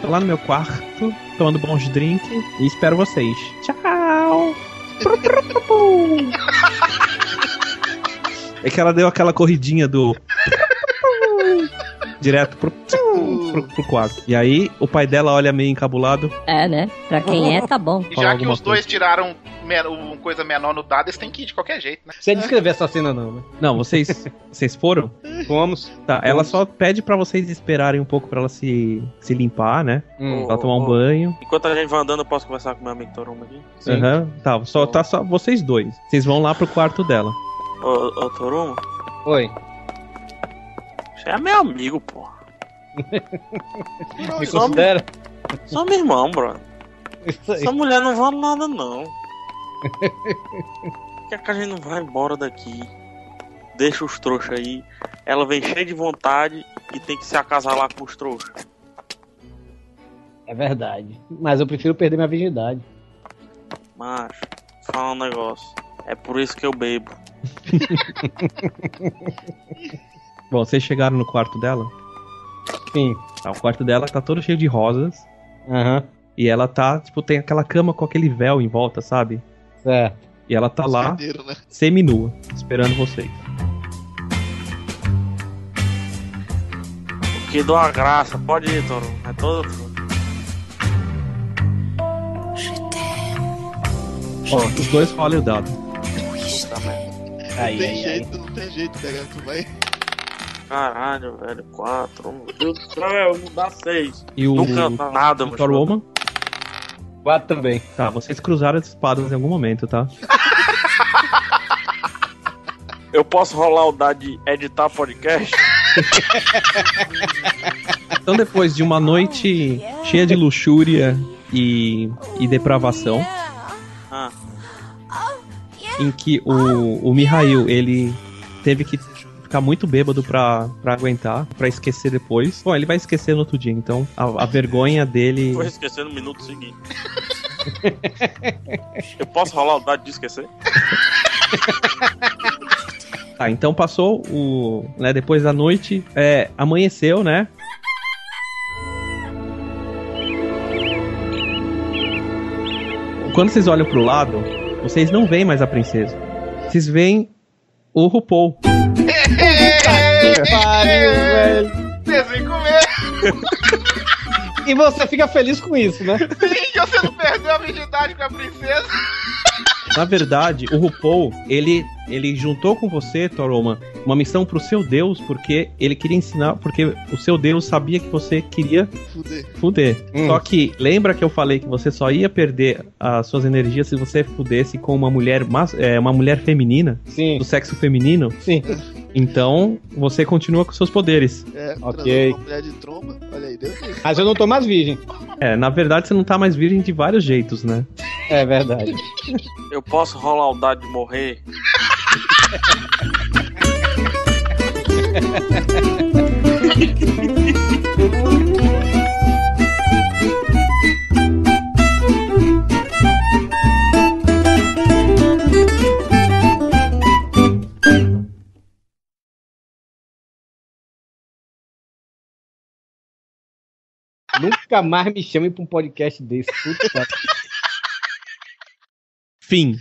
Tô lá no meu quarto, tomando bons drinks e espero vocês. Tchau! É que ela deu aquela corridinha do. Direto pro, pro, pro quarto. E aí, o pai dela olha meio encabulado.
É, né? Pra quem é, tá bom.
Fala
E já que
alguma
os dois tiraram me- um coisa menor no dado, eles têm que ir de qualquer jeito, né?
Você descrever essa cena, não, né? Não, vocês, vocês foram?
Fomos.
Tá, ela só pede pra vocês esperarem um pouco pra ela se, se limpar, né?
Hum.
Pra ela tomar um banho.
Enquanto a gente vai andando, eu posso conversar com meu amigo Toruma aqui?
Aham, tá, só, tá só vocês dois. Vocês vão lá pro quarto dela.
Ô, ô Toruma,
Oi.
você é meu amigo, porra.
Me considera?
Só meu irmão, bro. Essa mulher não vale nada,
*laughs*
não. Por que, que a gente não vai embora daqui? Deixa os trouxas aí. Ela vem cheia de vontade e tem que se acasalar com os trouxas.
É verdade. Mas eu prefiro perder minha virgindade.
Mas, fala um negócio. É por isso que eu
*laughs*
bebo.
Bom, vocês chegaram no quarto dela?
Sim.
Tá, o quarto dela tá todo cheio de rosas.
Aham.
E ela tá, tipo, tem aquela cama com aquele véu em volta, sabe?
É.
E ela tá lá, seminua, esperando vocês.
Que dou a graça. Pode ir, Toro. É todo.
Ó, os dois rolem o dado.
não tem jeito, não tem jeito, tá ligado? Tu vai.
Caralho, velho, 4. Meu Deus do céu, não dá 6.
E o.
Nunca dá nada,
o Thor Woman?
4 também.
Tá, vocês cruzaram as espadas em algum momento, tá?
Eu posso rolar o dado de
*laughs*
editar podcast?
Então, depois de uma noite cheia de luxúria e, e depravação,
Ah.
em que o, o Mihail, ele teve que ficar muito bêbado pra, pra aguentar, pra esquecer depois. Bom, ele vai esquecer no outro dia, então a, a vergonha dele...
Vou esquecer no um minuto seguinte. Eu posso rolar o dado de esquecer?
Tá, então passou o... né, depois da noite, é, amanheceu, né? Quando vocês olham pro lado, vocês não veem mais a princesa. Vocês veem o RuPaul.
que
pariu, velho.
Vocês vêm comer. *laughs*
E você fica feliz com isso, né? *laughs*
Sim, que você não perdeu a virgindade com a princesa.
Na verdade, o RuPaul, ele, ele juntou com você, Toroma, uma missão pro seu Deus, porque ele queria ensinar, porque o seu Deus sabia que você queria
Fuder.
fuder.
Hum.
Só que lembra que eu falei que você só ia perder as suas energias se você fudesse com uma mulher, mas, é, uma mulher feminina, do sexo feminino?
Sim.
Então, você continua com seus poderes.
É,
Ok.
transando com mulher de tromba. Olha aí, deu isso.
Mas eu não tô mais virgem.
É, na verdade você não tá mais virgem de vários jeitos, né?
É verdade.
Eu posso rolar o dado de morrer?
Nunca mais me chamem pra um podcast desse. Puta.
Fim.